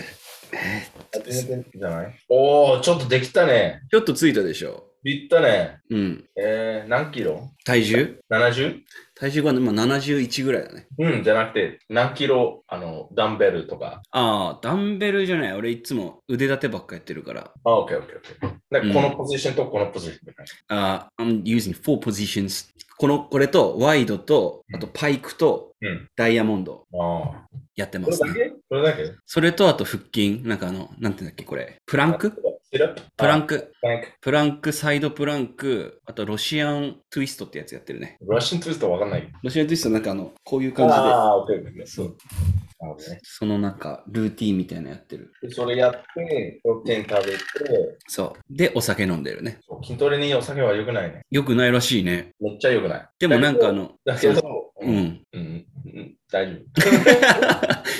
A: えーっとですね
B: じゃないおお、ちょっとできたね。
A: ちょっとついたでしょ。
B: いったね。
A: うん。
B: えー、何キロ
A: 体重
B: ?70?
A: 体重が今71ぐらいだね。
B: うん、じゃなくて、何キロ、あの、ダンベルとか。
A: ああ、ダンベルじゃない。俺いつも腕立てばっかやってるから。
B: あ、オッケーオッケーオッケー。なんかこのポジションとこのポジションみたい
A: ああ、I'm using four positions. この、これと、ワイドと、あとパイクと
B: な。うん。
A: ダイヤモンド
B: ああ。
A: やって
B: こ
A: ま
B: れ
A: す
B: だ
A: ね。
B: けこれだけ
A: それと、あと腹筋。なんかあの、なんていうんだっけ、これ。プランク
B: シラップ
A: プラ
B: あ
A: ンク。
B: プランク。
A: プランク、サイドプランク、あとロシアントゥイストってやつやってるね。
B: ラッシュントゥーストわかんないけど。
A: ロシアントゥイストなんかあの、こういう感じで。
B: ああ、オッケーオッケー。
A: そう。
B: なるほどね。
A: そのなんか、ルーティンみたいなのやってる。
B: でそれやって、プロテイン食べて、
A: そう。で、お酒飲んでるね。
B: そう筋トレにお酒は良くないね。
A: よくないらしいね。
B: めっちゃ良くない。
A: でもなんかあの、
B: だけど、
A: う、ん。
B: うん、うん大丈 夫。ね、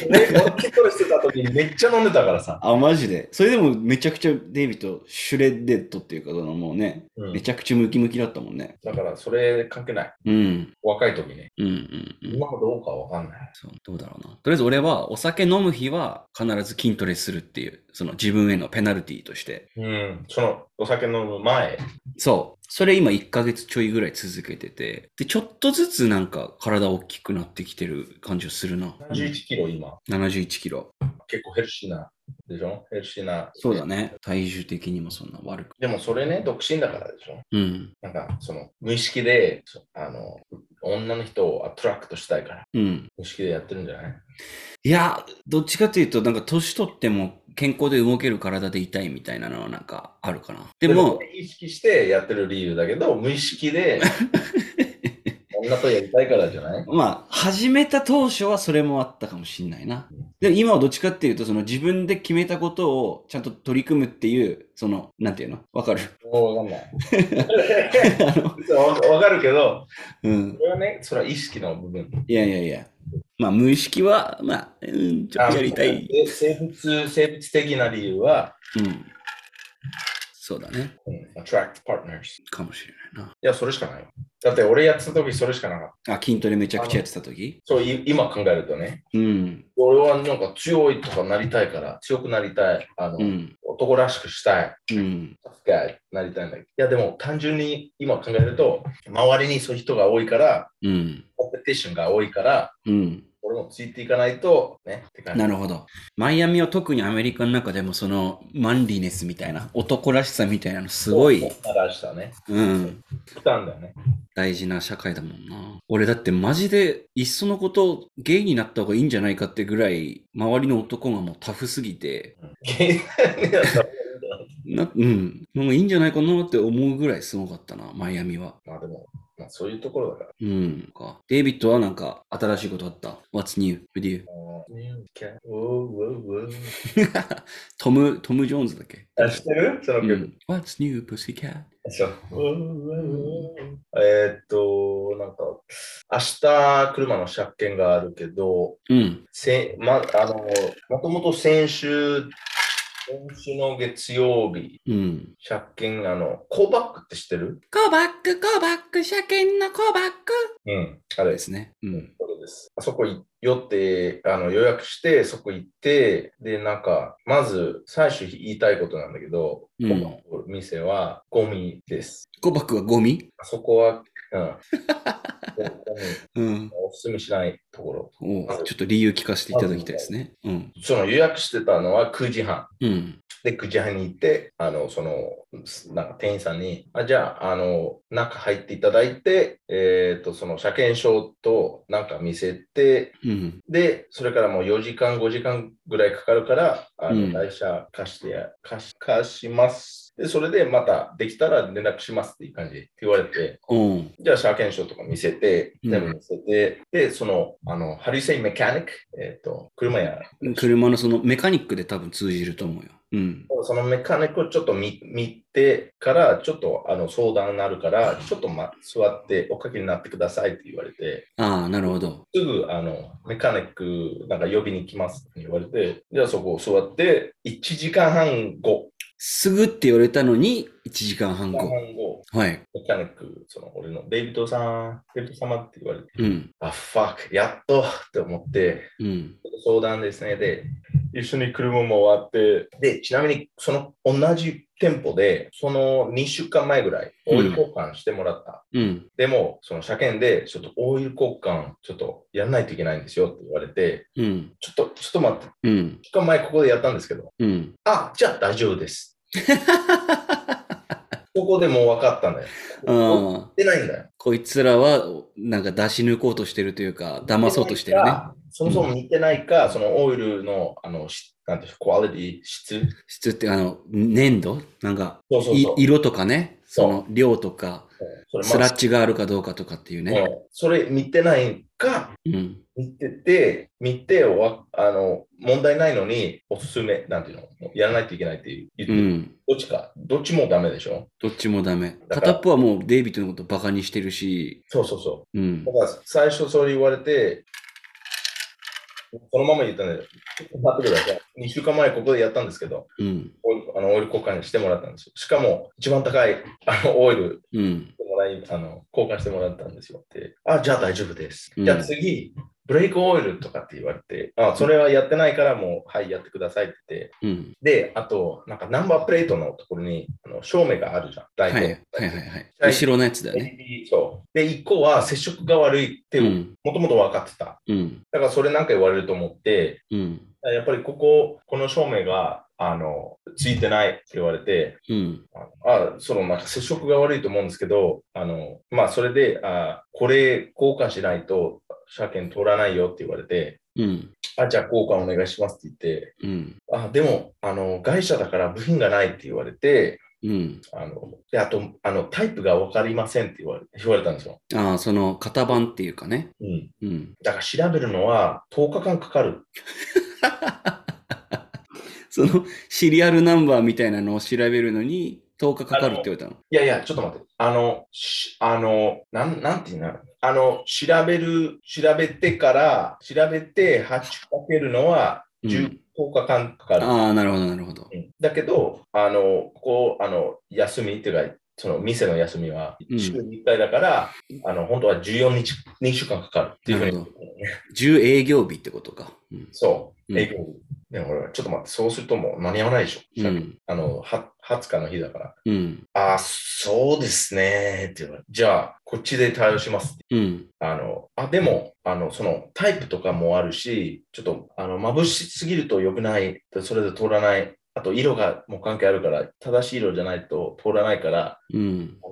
B: 俺筋トレしてた時にめっちゃ飲んでたからさ。
A: あ、マジで。それでもめちゃくちゃデイビッド、シュレッデッドっていうか、そのもうね、
B: うん
A: めちゃくちゃムキムキだったもんね。
B: だから、それ関係ない。
A: うん。
B: 若い時ね。
A: うんうんうん。
B: 今はどうかわかんない。
A: そう、どうだろうな。とりあえず俺は、お酒飲む日は必ず筋トレするっていう、その自分へのペナルティとして。
B: うん、その、お酒飲む前。
A: そう。それ今1ヶ月ちょいぐらい続けてて、で、ちょっとずつなんか体大きくなってきてる感じがするな。
B: 71キロ今。
A: 71キロ。
B: 結構ヘルシーな。でしょヘルシーな。
A: そうだね。体重的にもそんな悪く。
B: でもそれね、独身だからでしょ
A: うん。
B: なんか、その、無意識で、そあの、女の人をアトラクトしたいから、
A: うん。
B: 無意識でやってるんじゃない
A: いや、どっちかというと、なんか年取っても健康で動ける体でいたいみたいなのはなんかあるかな。でも、
B: 意識してやってる理由だけど、無意 識で、女とやりたいからじゃない
A: まあ、始めた当初はそれもあったかもしんないな。でも今はどっちかっていうと、その自分で決めたことをちゃんと取り組むっていう、その、なんていうのわかる
B: もうわかん ない。
A: あの、
B: わわかるけど、
A: うん
B: そ。れはね、それは意識の部分。
A: いやいやいや。まあ、無意識は、まあ、うん、ちょっとやりたい。
B: で生物、生物的な理由は、
A: うん。そうだね。
B: うん、attract partners。い
A: かもしれないな。
B: や、それしかないよ。だって俺やってた時それしかなかった。
A: あ、筋トレめちゃくちゃやってた時
B: そう、い今考えるとね、
A: うん。
B: 俺はなんか強いとかなりたいから、強くなりたい、あの、
A: うん。
B: 男らしくしたい、
A: うん。
B: 助け合いなりたいんだけど。いや、でも単純に今考えると、周りにそういう人が多いから、
A: うん。
B: コンペティションが多いから、
A: うん。
B: 俺もついていかないと、ね、って感じ。
A: なるほど。マイアミは特にアメリカの中でもそのマンリネスみたいな男らしさみたいなのすごい、
B: らしたね。
A: うん、
B: 来たんだよね。
A: 大事な社会だもんな。俺だってマジでいっそのことゲイになった方がいいんじゃないかってぐらい周りの男がもうタフすぎて、なうん、もういいんじゃないかなって思うぐらいすごかったな、マイアミは。
B: まあでも、まあ、そういうところだから。
A: うん。かデイビッドはなんか新しいことあった ?What's new with you? トム、トム・ジョーンズだっけ、
B: あ、知ってるその
A: う
B: 曲。
A: ん、?What's new, pussycat?
B: そうえーっと、なんか、明日車の借金があるけど、
A: うん。
B: せま、あの、もともと先週、先週の月曜日、
A: うん。
B: 借金、あの、コバックって知ってる
A: コバック、コバック、車検のコバック。
B: うん。あれ
A: で、すね。うん。
B: それです。あそこい寄って、あの予約して、そこ行って、で、なんか、まず最初言いたいことなんだけど、
A: うん
B: この店はゴミです。
A: コバックはゴミ
B: あそこは、うん。でゴミ
A: うん。
B: おすすめしないところ。
A: おうちょっと理由聞かせていただきたいですね。うん。
B: その予約してたのは9時半。
A: うん。
B: で、9時半に行って、あの、その、なんか店員さんに、あじゃあ、あの、中入っていただいて、えっ、と、その車検証となんか見せて、
A: うん。
B: で、それからもう4時間、5時間ぐらいかかるから、あ
A: うん
B: の、台車貸してや、貸し、貸します。で、それでまたできたら連絡しますっていう感じって言われて、
A: うん。
B: じゃあ、車検証とか見せて、
A: うん
B: 全部見せて、で、その、あの、ハリセイメカニック、えっ、と、車や、
A: 車のそのメカニックで多分通じると思うよ。うん。
B: そのメカニックをちょっと見見てから、ちょっとあの相談になるから、ちょっと、ま、座っておかけになってくださいって言われて、
A: ああ、なるほど。
B: すぐあのメカニックなんか呼びに来ますって言われて、じゃあそこ座って、1時間半後、
A: すぐって言われたのに、1時間半
B: 1時間
A: 後。
B: 半後、
A: はい。
B: メカニック、その俺のデイビッドさん、デイビッド様って言われて、
A: うん。
B: あ、ファック、やっとって思って、
A: うん。
B: 相談ですね。で、一緒に車も回って、で、ちなみに、その同じ店舗で、その2週間前ぐらい、オイル交換してもらった。
A: うん。
B: でも、その車検で、ちょっとオイル交換、ちょっとやらないといけないんですよって言われて、
A: うん。
B: ちょっと、ちょっと待って、1
A: うん。
B: 週間前ここでやったんですけど、
A: うん。
B: あ、じゃあ大丈夫 です。ここでもう分かったんだよ。や
A: ああ。
B: ってないんだよ。
A: こいつらは、なんか出し抜こうとしてるというか、騙そうとしてるね。
B: そもそも似てないか、そのオイルの、あの、しなんていうのクオリティ、質。
A: 質って、あの、粘土なんか、
B: そうそう
A: い
B: そう。
A: 色とかね、その量とか、
B: それ
A: スラッチがあるかどうかとかっていうね。
B: うんそれ見てないか、
A: うん。
B: 見てて、見てわあの、問題ないのに、おすすめ、なんていうの、やらないといけないっていう言っ
A: う
B: てる、
A: ん。
B: どっちか、どっちもダメでしょ。
A: どっちもダメ。
B: だから
A: 片っぽはもうデイビッドのことバカにしてるし、
B: そうそうそうう。
A: ん
B: だ。から、最初それ言われて、そのまま言ったんだよ。ちょっと待ってください。2週間前ここでやったんですけど、
A: うん。
B: オイルあのオイル交換してもらったんですよ。しかも、一番高いあのオイル
A: うん。
B: もらいあの交換してもらったんですよって、あ、じゃあ大丈夫です。
A: うん
B: じゃあ次、ブレイクオイルとかって言われて、あ、それはやってないからもう、はい、やってくださいって言って、
A: うん。
B: で、あと、なんかナンバープレートのところにあの照明があるじゃん、
A: は
B: 大
A: い。はい
B: 体。
A: はいはい。後ろのやつだよね。
B: LED そうで、1個は接触が悪いって、
A: う
B: も
A: ん。
B: ともと分かってた。
A: うん。
B: だからそれなんか言われると思って、
A: うん。
B: やっぱりここ、この照明が、あの、ついてないって言われて、
A: うん。
B: あそのなんか接触が悪いと思うんですけど、あのまあ、それであ、これ交換しないと車検通らないよって言われて、
A: うん。
B: あじゃあ交換お願いしますって
A: うん。
B: 言って、あでもあの、外車だから部品がないって言われて、
A: うん。
B: あのであとあのタイプが分かりませんって言われ言われたんですよ、
A: ああ、その型番っていうかね。
B: うん。
A: うん。
B: だから調べるのは10日間かかる。
A: そのシリアルナンバーみたいなのを調べるのに10日かかるって言われたの。
B: いやいや、ちょっと待って。あの、しあの、なん、なんていうのあの、調べる、調べてから、調べて、発注かけるのは、
A: うん
B: 10日間かかる。
A: ああ、なるほど、なるほど。
B: うんだけど、あの、こう、あの、休みっていうか、その店の休みは
A: うん
B: 週に1回だから、あの本当は14日、2週間かかるっていうふう
A: な
B: に
A: る。10営業日ってことか。うん。
B: そう、
A: うん
B: 営業日でも俺はちょっと待って、そうするともう間に合わないでしょ。
A: うん。
B: あの、は20日の日だから。
A: うん。
B: あ、そうですね。って言われじゃあ、こっちで対応します。
A: うん。
B: あの、あ、でも、あの、そのタイプとかもあるし、ちょっと、あの、眩しすぎると良くない。それで通らない。あと、色がもう関係あるから、正しい色じゃないと通らないから、
A: うん。
B: あの、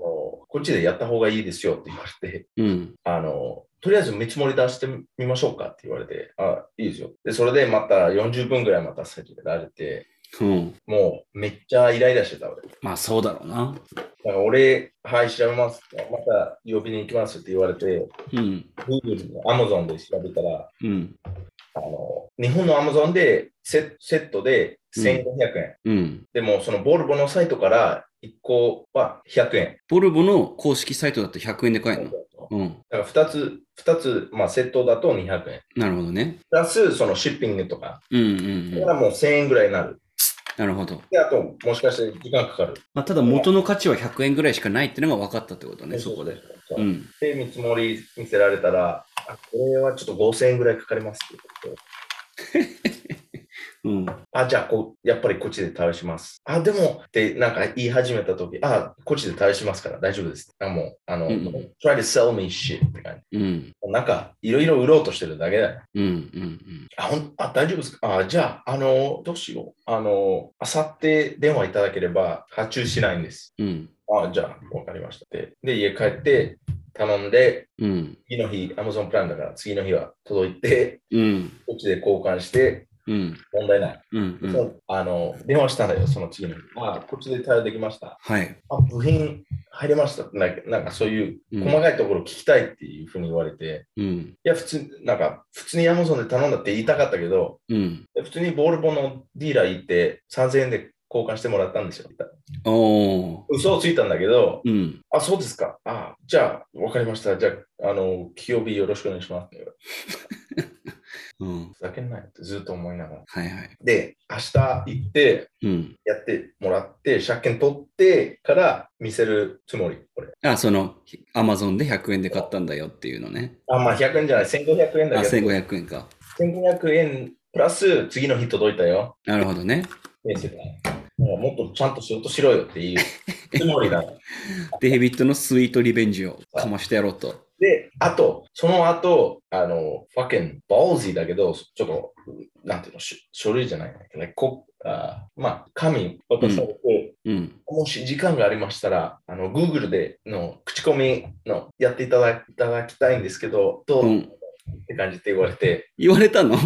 B: こっちでやった方がいいですよって言われて、
A: うん。
B: あの、とりあえず見積もり出してみましょうかって言われて、あ、いいですよ。で、それでまた40分ぐらいまたさられて、
A: うん。
B: もうめっちゃイライラしてた俺。
A: まあ、そうだろうな。
B: だから俺、はい、調べます。また呼びに行きますって言われて、
A: うん。
B: Google の Amazon で調べたら、
A: うん。
B: あの日本の Amazon でセセットで1500円。
A: うん。
B: でも、そのボルボのサイトから1個は100円。
A: ボルボの公式サイトだと100円で買えるの。うん。
B: だから2つ、二つ、まあ、セットだと200円。
A: なるほどね。
B: プラス、そのシッピングとか。
A: うんうん
B: だか
A: うん。
B: らもう1000円ぐらいになる。
A: なるほど。
B: で、あと、もしかして時間かかる。
A: まあ、ただ元の価値は100円ぐらいしかないってのが分かったってことね、そ
B: そ
A: うこで。
B: そう
A: うん。
B: で、見積もり見せられたら、あこれはちょっと5000円ぐらいかかりますって言って
A: うん。
B: あ、じゃあこう、やっぱりこっちで試します。あ、でも、ってなんか言い始めたとき、あ、こっちで試しますから大丈夫です。あ、もう、あの、
A: うん
B: try to sell me shit って感
A: うん。
B: じ。なんか、いろいろ売ろうとしてるだけだよ。
A: うん。うん。
B: あ、ほん、あ、大丈夫ですかあ、じゃあ、あの、どうしよう。あの、あさって電話いただければ発注しないんです。
A: うん。
B: あ、じゃあ、わかりました。で、で家帰って頼んで、
A: うん。
B: 次の日、Amazon プランだから次の日は届いて、
A: うん。
B: こっちで交換して、
A: うん。
B: 問題ない。
A: うん。う
B: そ
A: ん。
B: うあの、電話したんだよ、その次の日。あ、こっちで対応できました。
A: はい。
B: あ、部品入れました。なんか、なんかそういう
A: うん
B: 細かいところ聞きたいっていうふうに言われて、
A: うん。
B: いや、普通、なんか、普通に Amazon で頼んだって言いたかったけど、
A: うん。
B: 普通にボールボンのディーラー行って3000円で交換してもらったんですよ。
A: おー。
B: 嘘をついたんだけど、
A: うん。
B: あ、そうですか。あ、じゃあ、わかりました。じゃあ、あの、器用日よろしくお願いします。
A: うん。
B: ふざけんなよってずっと思いながら。
A: はいはい。
B: で、明日行って、
A: うん。
B: やってもらって、借金取ってから見せるつもり、これ。
A: あ、その、アマゾンで100円で買ったんだよっていうのね。
B: あ、まあ100円じゃない、1500円
A: あ、
B: だけど、
A: 1500円か。
B: 1500円プラス次の日届いた よ。
A: なるほどね。
B: 見せてもうもっとちゃんと仕事しろよっていう つもりだ。
A: デイビッドのスイートリベンジをかましてやろうと。
B: で、あと、その後、あの、ファケン、バオーズだけど、ちょっと、なんていうの、し書類じゃないんだけどね、こあーまあ、紙渡されて、
A: うん。
B: もし時間がありましたら、あの、Google での口コミのやっていただいただきたいんですけど、ど
A: う。
B: うんって感じって言われて、
A: 言われたの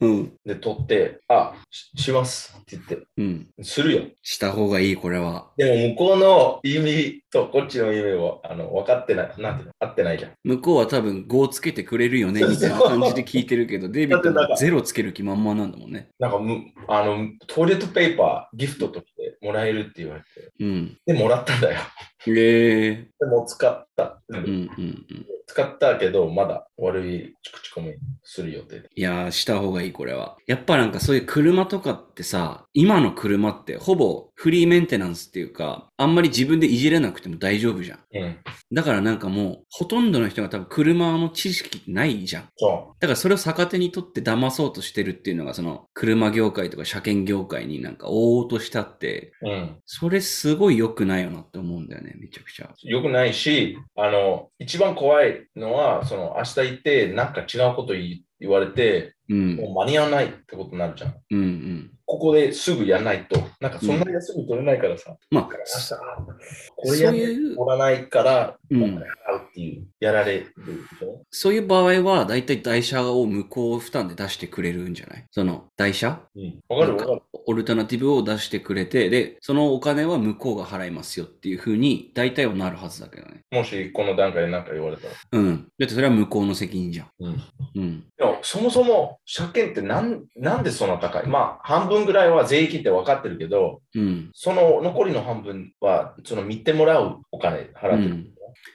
A: うん。
B: で、取って、あ、ししますって言って、
A: うん。
B: するよ。
A: した方がいい、これは。
B: でも、向こうの意味とこっちの意味を、あの、分かってない、なんていうの、合ってないじゃん。
A: 向こうは多分5つけてくれるよね、
B: そう
A: み
B: そ
A: た
B: う
A: いな感じで聞いてるけど、デイビッド
B: だってな
A: は
B: んか
A: ゼロつける気満々なんだもんね。
B: なんかむ、あの、トイレットペーパー、ギフトとしてもらえるって言われて、
A: うん。
B: で、もらったんだよ。
A: へえ
B: でも、使った。
A: うんうんうん。
B: 使ったけど、まだ悪い口コミする予定で。
A: いやー、した方がいい、これは。やっぱなんかそういう車とかってさ、今の車ってほぼフリーメンテナンスっていうか、あんまり自分でいじれなくても大丈夫じゃん。
B: うん。
A: だからなんかもう、ほとんどの人が多分車の知識ないじゃん。
B: そ
A: だからそれを逆手にとって騙そうとしてるっていうのが、その車業界とか車検業界になんか追おうとしたって、
B: う。うん。
A: それすごい良くないよなって思うんだよね、めちゃくちゃ。
B: よくないし、あの、一番怖いのは、その、明日行って、なんか違うこと言い言われて、
A: うん、
B: もう間に合わないってことになるじゃん。
A: うん、うん。
B: ここですぐやらないと、なんかそんなに休み取れないからさ、
A: ま
B: だから
A: あ、
B: 明日、これやってもらわないから、
A: う
B: もうん払うっていう、やられるでしょ
A: そういう場合は、だいたい台車を無効負担で出してくれるんじゃないその、台車
B: うん。わかる
A: な
B: わ
A: ん
B: かる。
A: オルタナティブを出してくれて、で、そのお金は向こうが払いますよっていう風に、大体はなるはずだけどね。
B: もしこの段階で何か言われたら。
A: うん。だってそれは向こうの責任じゃん。
B: うん。
A: うん。
B: でもそもそも、車検ってなんなんでそんな高いまあ、半分ぐらいは税金って分かってるけど、
A: うん。
B: その残りの半分は、その見てもらうお金
A: う
B: 払ってる。
A: ん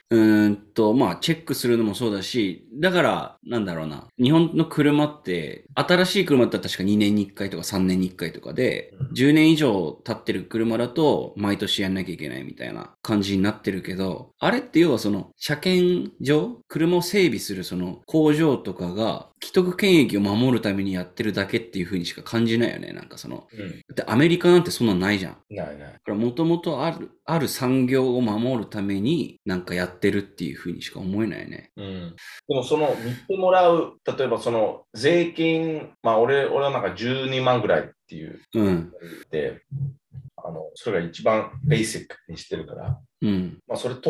A: うーんと、まあ、チェックするのもそうだし、だから、なんだろうな。日本の車って、新しい車だったら確か2年に1回とか3年に1回とかで、
B: うん
A: 10年以上経ってる車だと、毎年やんなきゃいけないみたいな感じになってるけど、あれって要はその、車検場車を整備するその工場とかが、既得権益を守るためにやってるだけっていう風にしか感じないよね。なんかその、
B: うん。
A: だってアメリカなんてそんなんないじゃん。
B: ないない。
A: だからもともとある、ある産業を守るためになんかやってるっていうふうにしか思えないね。
B: うん、でもその見てもらう、例えばその税金、まあ俺俺はなんか12万ぐらいっていう
A: うん。
B: で、あのそれが一番ベーシックにしてるから、
A: うん。
B: まあ、それ通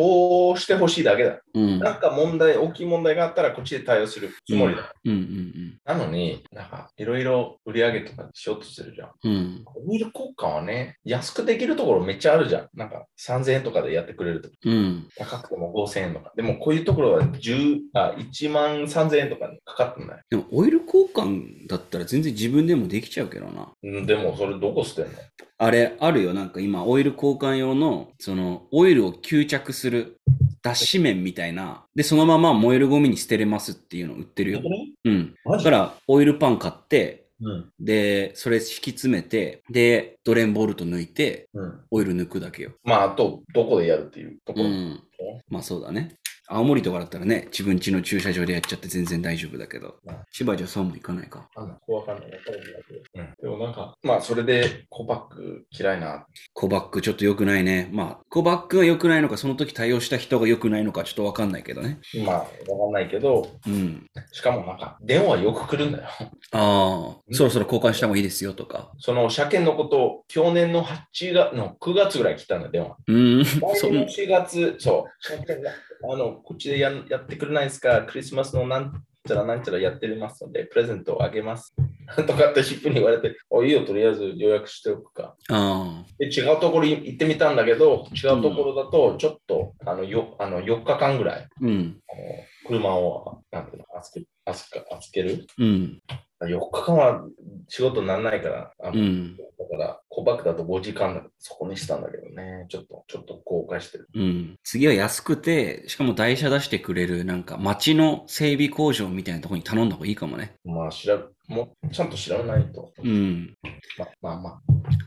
B: してほしいだけだ。
A: うん。
B: なんか問題、大きい問題があったらこっちで対応するつもりだ。
A: うん。うん。
B: なのに、なんかいろいろ売り上げとかしようとするじゃん。
A: うん。
B: オイル交換はね、安くできるところめっちゃあるじゃん。なんか3000円とかでやってくれると
A: うん。
B: 高くても5000円とか。でもこういうところは10あ1万3000円とかにかかってない。
A: でも、オイル交換だったら全然自分でもできちゃうけどな。
B: うんでもそれどこ捨てんの
A: あれ、あるよ。なんか今、オイル交換用の、その、オイルを吸着する脱脂綿みたいな、で、そのまま燃えるゴミに捨てれますっていうの売ってるよ。うん。
B: マ
A: だ
B: ジ
A: から、オイルパン買って、
B: うん。
A: で、それ引き詰めて、で、ドレンボルト抜いて、
B: うん。
A: オイル抜くだけよ。
B: まあ、あと、どこでやるっていうとこ
A: う
B: ろ。
A: ん。まあそうだね。青森とかだったらね、自分家の駐車場でやっちゃって全然大丈夫だけど
B: うん、
A: 千葉じゃそうもいかないか。
B: あんなわかんない。わかんないけどでもなんか、まあそれでコバック嫌いな。
A: コバックちょっと良くないね。まあ、コバックが良くないのか、その時対応した人が良くないのか、ちょっとわかんないけどね。
B: まあわかんないけど、
A: うん。
B: しかもなんか電話よく来るんだよ。
A: ああ、そろそろ交換した方がいいですよとか。
B: その車検のこと、去年の8月の9月ぐらい来たんだ、電話。
A: うーん、
B: 来
A: そ
B: 年の
A: ん
B: 4月、そう、車検があの、こっちでやんやってくれないですか、クリスマスのなんちゃらなんちゃらやってますので、プレゼントをあげます。とかってシップに言われて、おいいよ、とりあえず予約しておくか。
A: あ
B: で違うところに行ってみたんだけど、違うところだと、ちょっと、あのよあの4日間ぐらい、
A: ー、うん、
B: あの車をなんていうの預け預け預ける。
A: うん、
B: 4日間は仕事にならないから、あの
A: うん、
B: だから、小バックだと5時間だそこにしたんだけどね、ちょっと、ちょっと後悔してる。
A: うん。次は安くて、しかも台車出してくれる、なんか街の整備工場みたいなところに頼んだ方がいいかもね。
B: まあ、知ら、もう、ちゃんと知らないと。
A: うん、
B: まあまあまあ、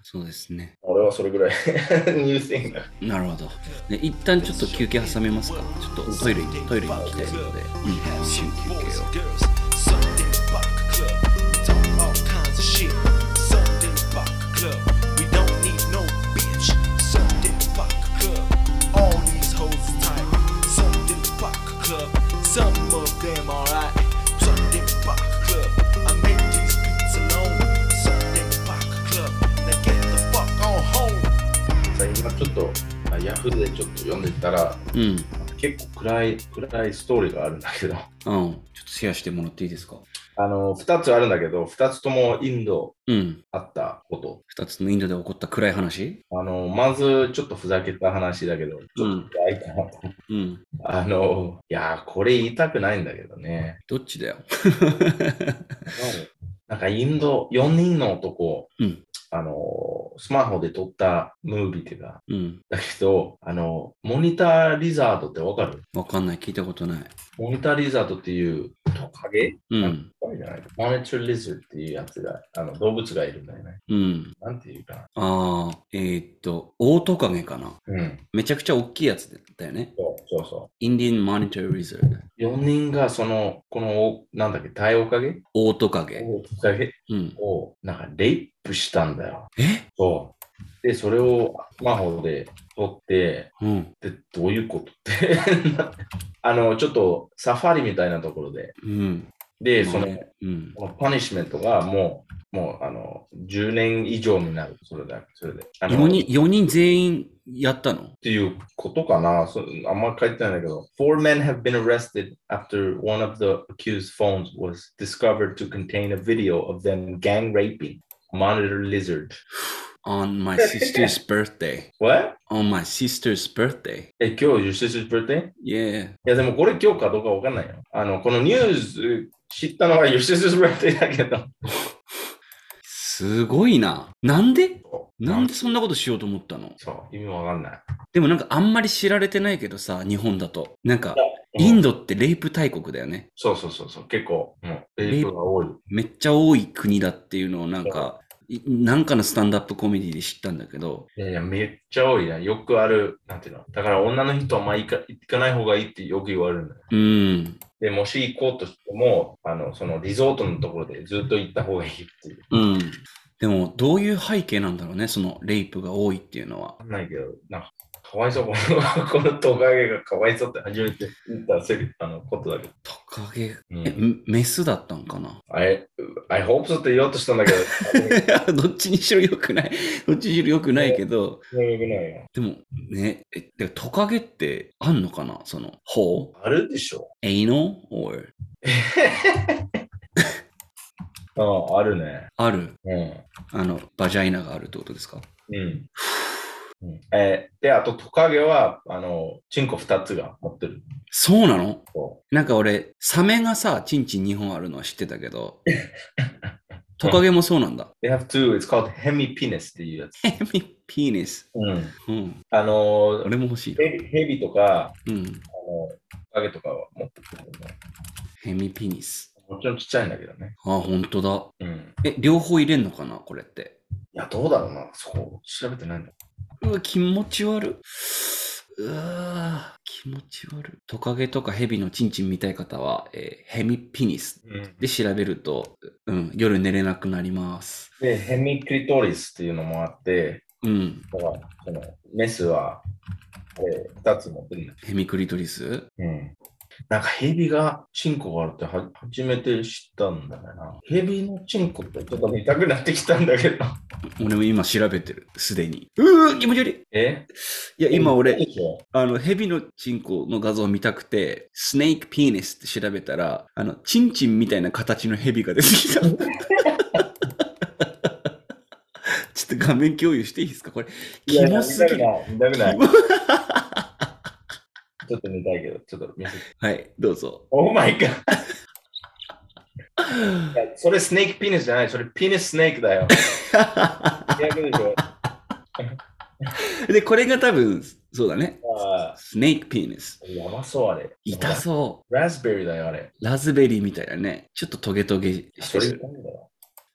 A: そうですね。
B: 俺はそれぐらい、 ニュースインが。
A: なるほど。で、一旦ちょっと休憩挟めますか。ちょっとトイレに、トイレに行きたいので、うん、一瞬休憩を。
C: Some of them alright. Sunday Rock Club. I make these beats alone. Sunday Rock Club. Now get the fuck on home.
B: さ今ちょっと、あヤフーでちょっと読んでたら、
A: うん。
B: 結構暗い、暗いストーリーがあるんだけど、
A: うん、ちょっとシェアしてもらっていいですか
B: あの、2つあるんだけど、2つともインド
A: うん。
B: あったこと。
A: 二つのインドで起こった暗い話
B: あの、まず、ちょっとふざけた話だけど、ちょっと暗いかなと。
A: うん。
B: あの、いやー、これ言いたくないんだけどね。
A: どっちだよ。
B: なんかインド4人の男、
A: うん
B: あのースマホで撮ったムービーっていうか、
A: うん。
B: だけど、あのーモニターリザードってわかる
A: わかんない。聞いたことない。
B: モニターリザードっていうトカゲ
A: うん。
B: トカゲじゃないモニターリザードっていうやつが、あの動物がいるんだよね。
A: うん。
B: なんていうかな。
A: ああ、えーっと、オオトカゲかな。
B: うん。
A: めちゃくちゃ大きいやつだったよね。
B: そうそうそ
A: インディアン・マニター・リザード。
B: う。4人がその、この、なんだっけ、太陽影
A: オオトカゲ。
B: オオカゲ
A: うん。
B: を、なんかレイプしたんだよ。
A: え
B: そう。で、それをスマホで撮って、
A: うん。
B: で、どういうことって。 あの、ちょっとサファリみたいなところで。
A: うん。
B: で、そ
A: まあ
B: の、
A: ねうん。
B: このパニッシュメントがもう、もう、あの、10年以上になる。それだ、それで。あの
A: 4人、4人全員やったの
B: っていうことかなそあんま書いてないんだけど。Four men have been arrested after one of the accused phones was discovered to contain a video of them gang raping monitor lizard.
A: ?On my sister's birthday.
B: What?
A: On my sister's birthday.
B: え、今日、your sister's birthday?
A: Yeah.
B: いやでもこれ今日かどうかわかんないよ。あの、このニュース知ったのは吉スブラテだけど。
A: すごいな。なんでなんでそんなことしようと思ったの
B: そう、意味わかんない。
A: でもなんかあんまり知られてないけどさ、日本だと。なんか、イン
B: ド
A: ドってレイプ大国だよね。
B: そうそうそうそう、結構、うん、レイプが多い。
A: めっちゃ多い国だっていうのをなんか、いなんかのスタンダップコメディで知ったんだけど、
B: いやいや、めっちゃ多いな。よくある、なんていうの。だから女の人はあんま行か行かない方がいいってよく言われるんだよ。
A: うん、
B: で、もし行こうとしても、あの、そのリゾートのところでずっと行った方がいいっていう。
A: うん。でも、どういう背景なんだろうね、そのレイプが多いっていうのは
B: わ。かんないけど、なんか、かわいそう、こ のこのトカゲがかわいそうって初めて言ったセリフあのことだけど。
A: トカゲ、
B: うん
A: え、メメスだったんかな
B: I, I hope so って言おうとしたんだけど、
A: どっちにしろ良くない。どっちにしろ良くないけど、
B: 全然良くないよ
A: でもね、えでトカゲってあんのかなその、ほう
B: あるでしょ
A: えいの or
B: ああ、あるね。
A: ある
B: うん。
A: あの、バジャイナがあるってことですか
B: うん。うんえーで、あとトカゲは、あの、チンコ2つが持ってる。
A: そうなの
B: そ
A: なんか俺、サメがさ、チンチン2本あるのは知ってたけど、トカゲもそうなんだ。
B: う They have two, it's called hemipenis っていうやつ。
A: ヘビピーネス。
B: うん。
A: うん。
B: あのー、
A: 俺も欲しいな。
B: ヘビヘビとか、
A: うん。
B: あのトカゲとかは持ってるけどね。
A: ヘミピニス。
B: もちろんちっちゃいんだけどね。
A: あ、ほんとだ。
B: うん。
A: え、両方入れんのかなこれって。
B: いや、どうだろうな。そこ、調べてないんだ。
A: うわ、気持ち悪い。うわー気持ち悪い。トカゲとかヘビのチンチン見たい方は、えーヘミピニス
B: うん
A: で調べると、うん、夜寝れなくなります。
B: で、ヘミクリトリスっていうのもあって、
A: うん、
B: だからそのメスは、え2つ持ってるんだ
A: ヘミクリトリス
B: うんなんかヘビがチンコがあるっては初めて知ったんだよな。ヘビのチンコってちょっと見たくなってきたんだけど。
A: 俺も今調べてる、すでに。うー気持ち悪い。
B: え
A: いや、今俺、
B: でしょ
A: あの、ヘビのチンコの画像を見たくて、スネークピーニスって調べたら、あの、チンチンみたいな形のヘビが出てき た。ちょっと画面共有していいですかこれ、
B: い
A: キ
B: やいや
A: モすぎる。
B: 見たくない。見
A: キモ
B: たくないちょっと見たいけど、ちょっと見せて。
A: はい、どうぞ。
B: オーマイガー。それスネークピニスじゃない、それピニススネーク だよ。逆でしょ。
A: で、これが多分、そうだね。
B: あ
A: スネークピーニス。
B: ーやばそうあれ。
A: 痛そう。
B: ラズベリーだよあれ。
A: ラズベリーみたいなね。ちょっとトゲトゲして
B: それ
A: る。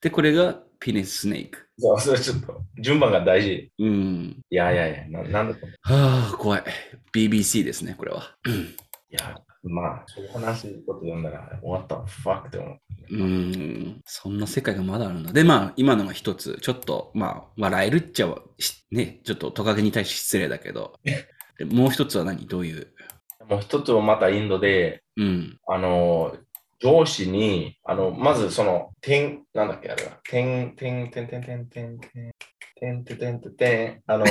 A: で、これがピーニススネーク。
B: そう、それちょっと順番が大事。
A: うん。
B: いやいやいや、ななんだと思う
A: はあ、怖い。BBC ですね、これは。
B: いや、まあ、そういう話すこと読んだら、終わった、ファックって思う。
A: うーん、そんな世界がまだあるんだ。で、まあ、今のが一つ、ちょっと、まあ、笑えるっちゃ、しね、ちょっとトカゲに対して失礼だけど、でもう一つは何どういう。
B: もう一つはまたインドで、
A: うん、
B: あの、上司に、あの、まずその、点、なんだっけ、あれは、点、点、点、点、点、点、点、点、点、点、点、点、あの、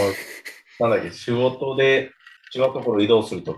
B: なんだっけ、仕事で、違うところ移動するとき。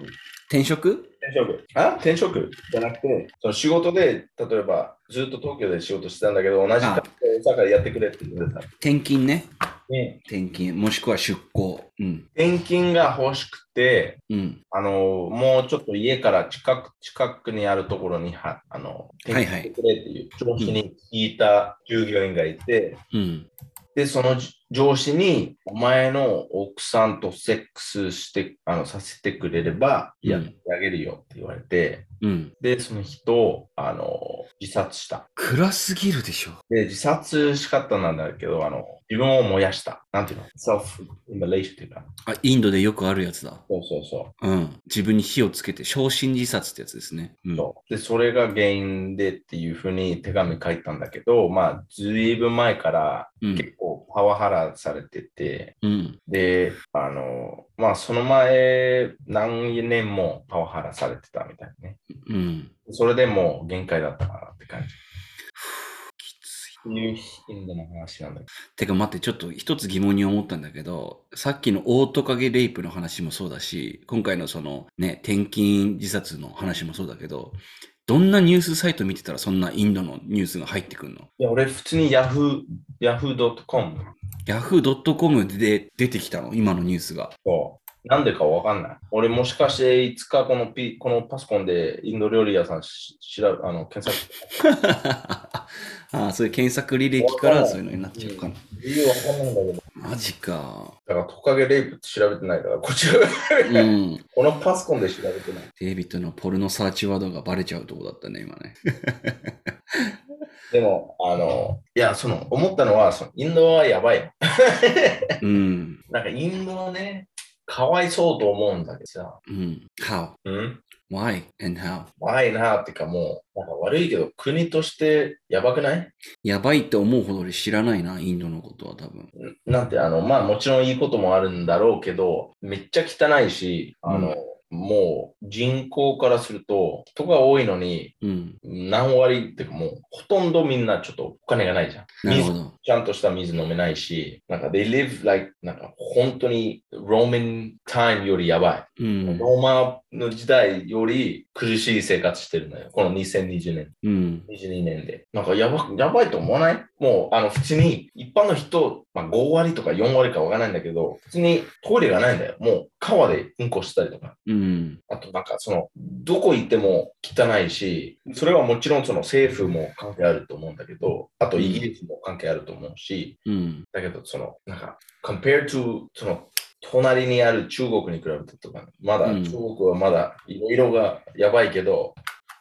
A: 転職
B: 転職あ転職じゃなくて、その仕事で、例えば、ずっと東京で仕事してたんだけど、同じ会社で大阪でやってくれって言ってた。
A: 転勤ね。
B: ね
A: 転勤、もしくは出向。うん、
B: 転勤が欲しくて、
A: うん。
B: あの、もうちょっと家から近く、近くにあるところには、あの、
A: はいはい
B: 転勤してくれっていう上司に聞いた従業員がいて、
A: うん。
B: で、そのじ上司に、お前の奥さんとセックスして、あの、させてくれれば、
A: うん
B: やってあげるよって言われて、
A: うん。
B: で、その人、あの、自殺した。
A: 暗すぎるでしょ。
B: で、自殺し方なんだけど、あの、自分を燃やした。なんていうの ?self-immolation っていうか。
A: あ、インドでよくあるやつだ。
B: そうそうそう。
A: うん。自分に火をつけて、焼身自殺ってやつですね。うん。
B: そうで、それが原因でっていうふうに手紙書いたんだけど、まあ、ずいぶん前から
A: うん。
B: 結構パワハラされてて、
A: うん。
B: で、あの、まあ、その前、何年もパワハラされてたみたいね。
A: うん。
B: それでもう限界だったかなって感じ。
A: きつい。
B: っていうインドの話なんだけ
A: てか待って、ちょっと一つ疑問に思ったんだけど、さっきのオオトカゲレイプの話もそうだし、今回のそのね、転勤自殺の話もそうだけど、どんなニュースサイト見てたらそんなインドのニュースが入ってくるの
B: ど。いや、俺、普通に Yahoo、Yahoo.com
A: ?Yahoo.com で出てきたの今のニュースが。
B: そう。なんでかわかんない。俺もしかしていつかこのピこのパソコンでインド料理屋さんし調べあの検索して
A: ああ、そういう検索履歴からそういうのになっちゃうかな。
B: 理由わかんないんだけど。
A: マジか。
B: だからトカゲレイプって調べてないから、こっちら、
A: うん。
B: このパソコンで調べてない。
A: デイビッドのポルノサーチワードがバレちゃうとこだったね、今ね。
B: でも、あの、いや、その、思ったのは、そのインドはやばい。
A: うん。
B: なんかインドはね、かわいそうと思うんだけどさ、
A: うん。How?
B: うん、
A: Why? And how?
B: 怖いなっていうかもう、なんか悪いけど、国としてやばくない
A: やばいって思うほど俺知らないな、インドのことは多分。
B: んなんて、あの、まあもちろんいいこともあるんだろうけど、めっちゃ汚いし、あの、もう人口からすると、人が多いのに、
A: うん。
B: 何割っていうかもう、ほとんどみんなちょっとお金がないじゃん。
A: なるほど。
B: ちゃんとした水飲めないし、なんか、they live like、なんか、本当に、ローマンタイムよりやば
A: う
B: い。
A: ん。
B: ローマの時代より苦しい生活してるのよ。この2020年、
A: うん。
B: 22年で。なんか、やば、やばいと思わないもう、あの、普通に、一般の人、まあ、5割とか4割かわからないんだけど、普通にトイレがないんだよ。もう、川でうんこしたりとか。
A: うん。
B: あとなんかその、どこ行っても汚いし、それはもちろんその政府も関係あると思うんだけど、あとイギリスも関係あると思うし、
A: うん。
B: だけどその、なんか、compared to その、隣にある中国に比べてとか、まだ、
A: うん
B: 中国はまだいろいろがやばいけど、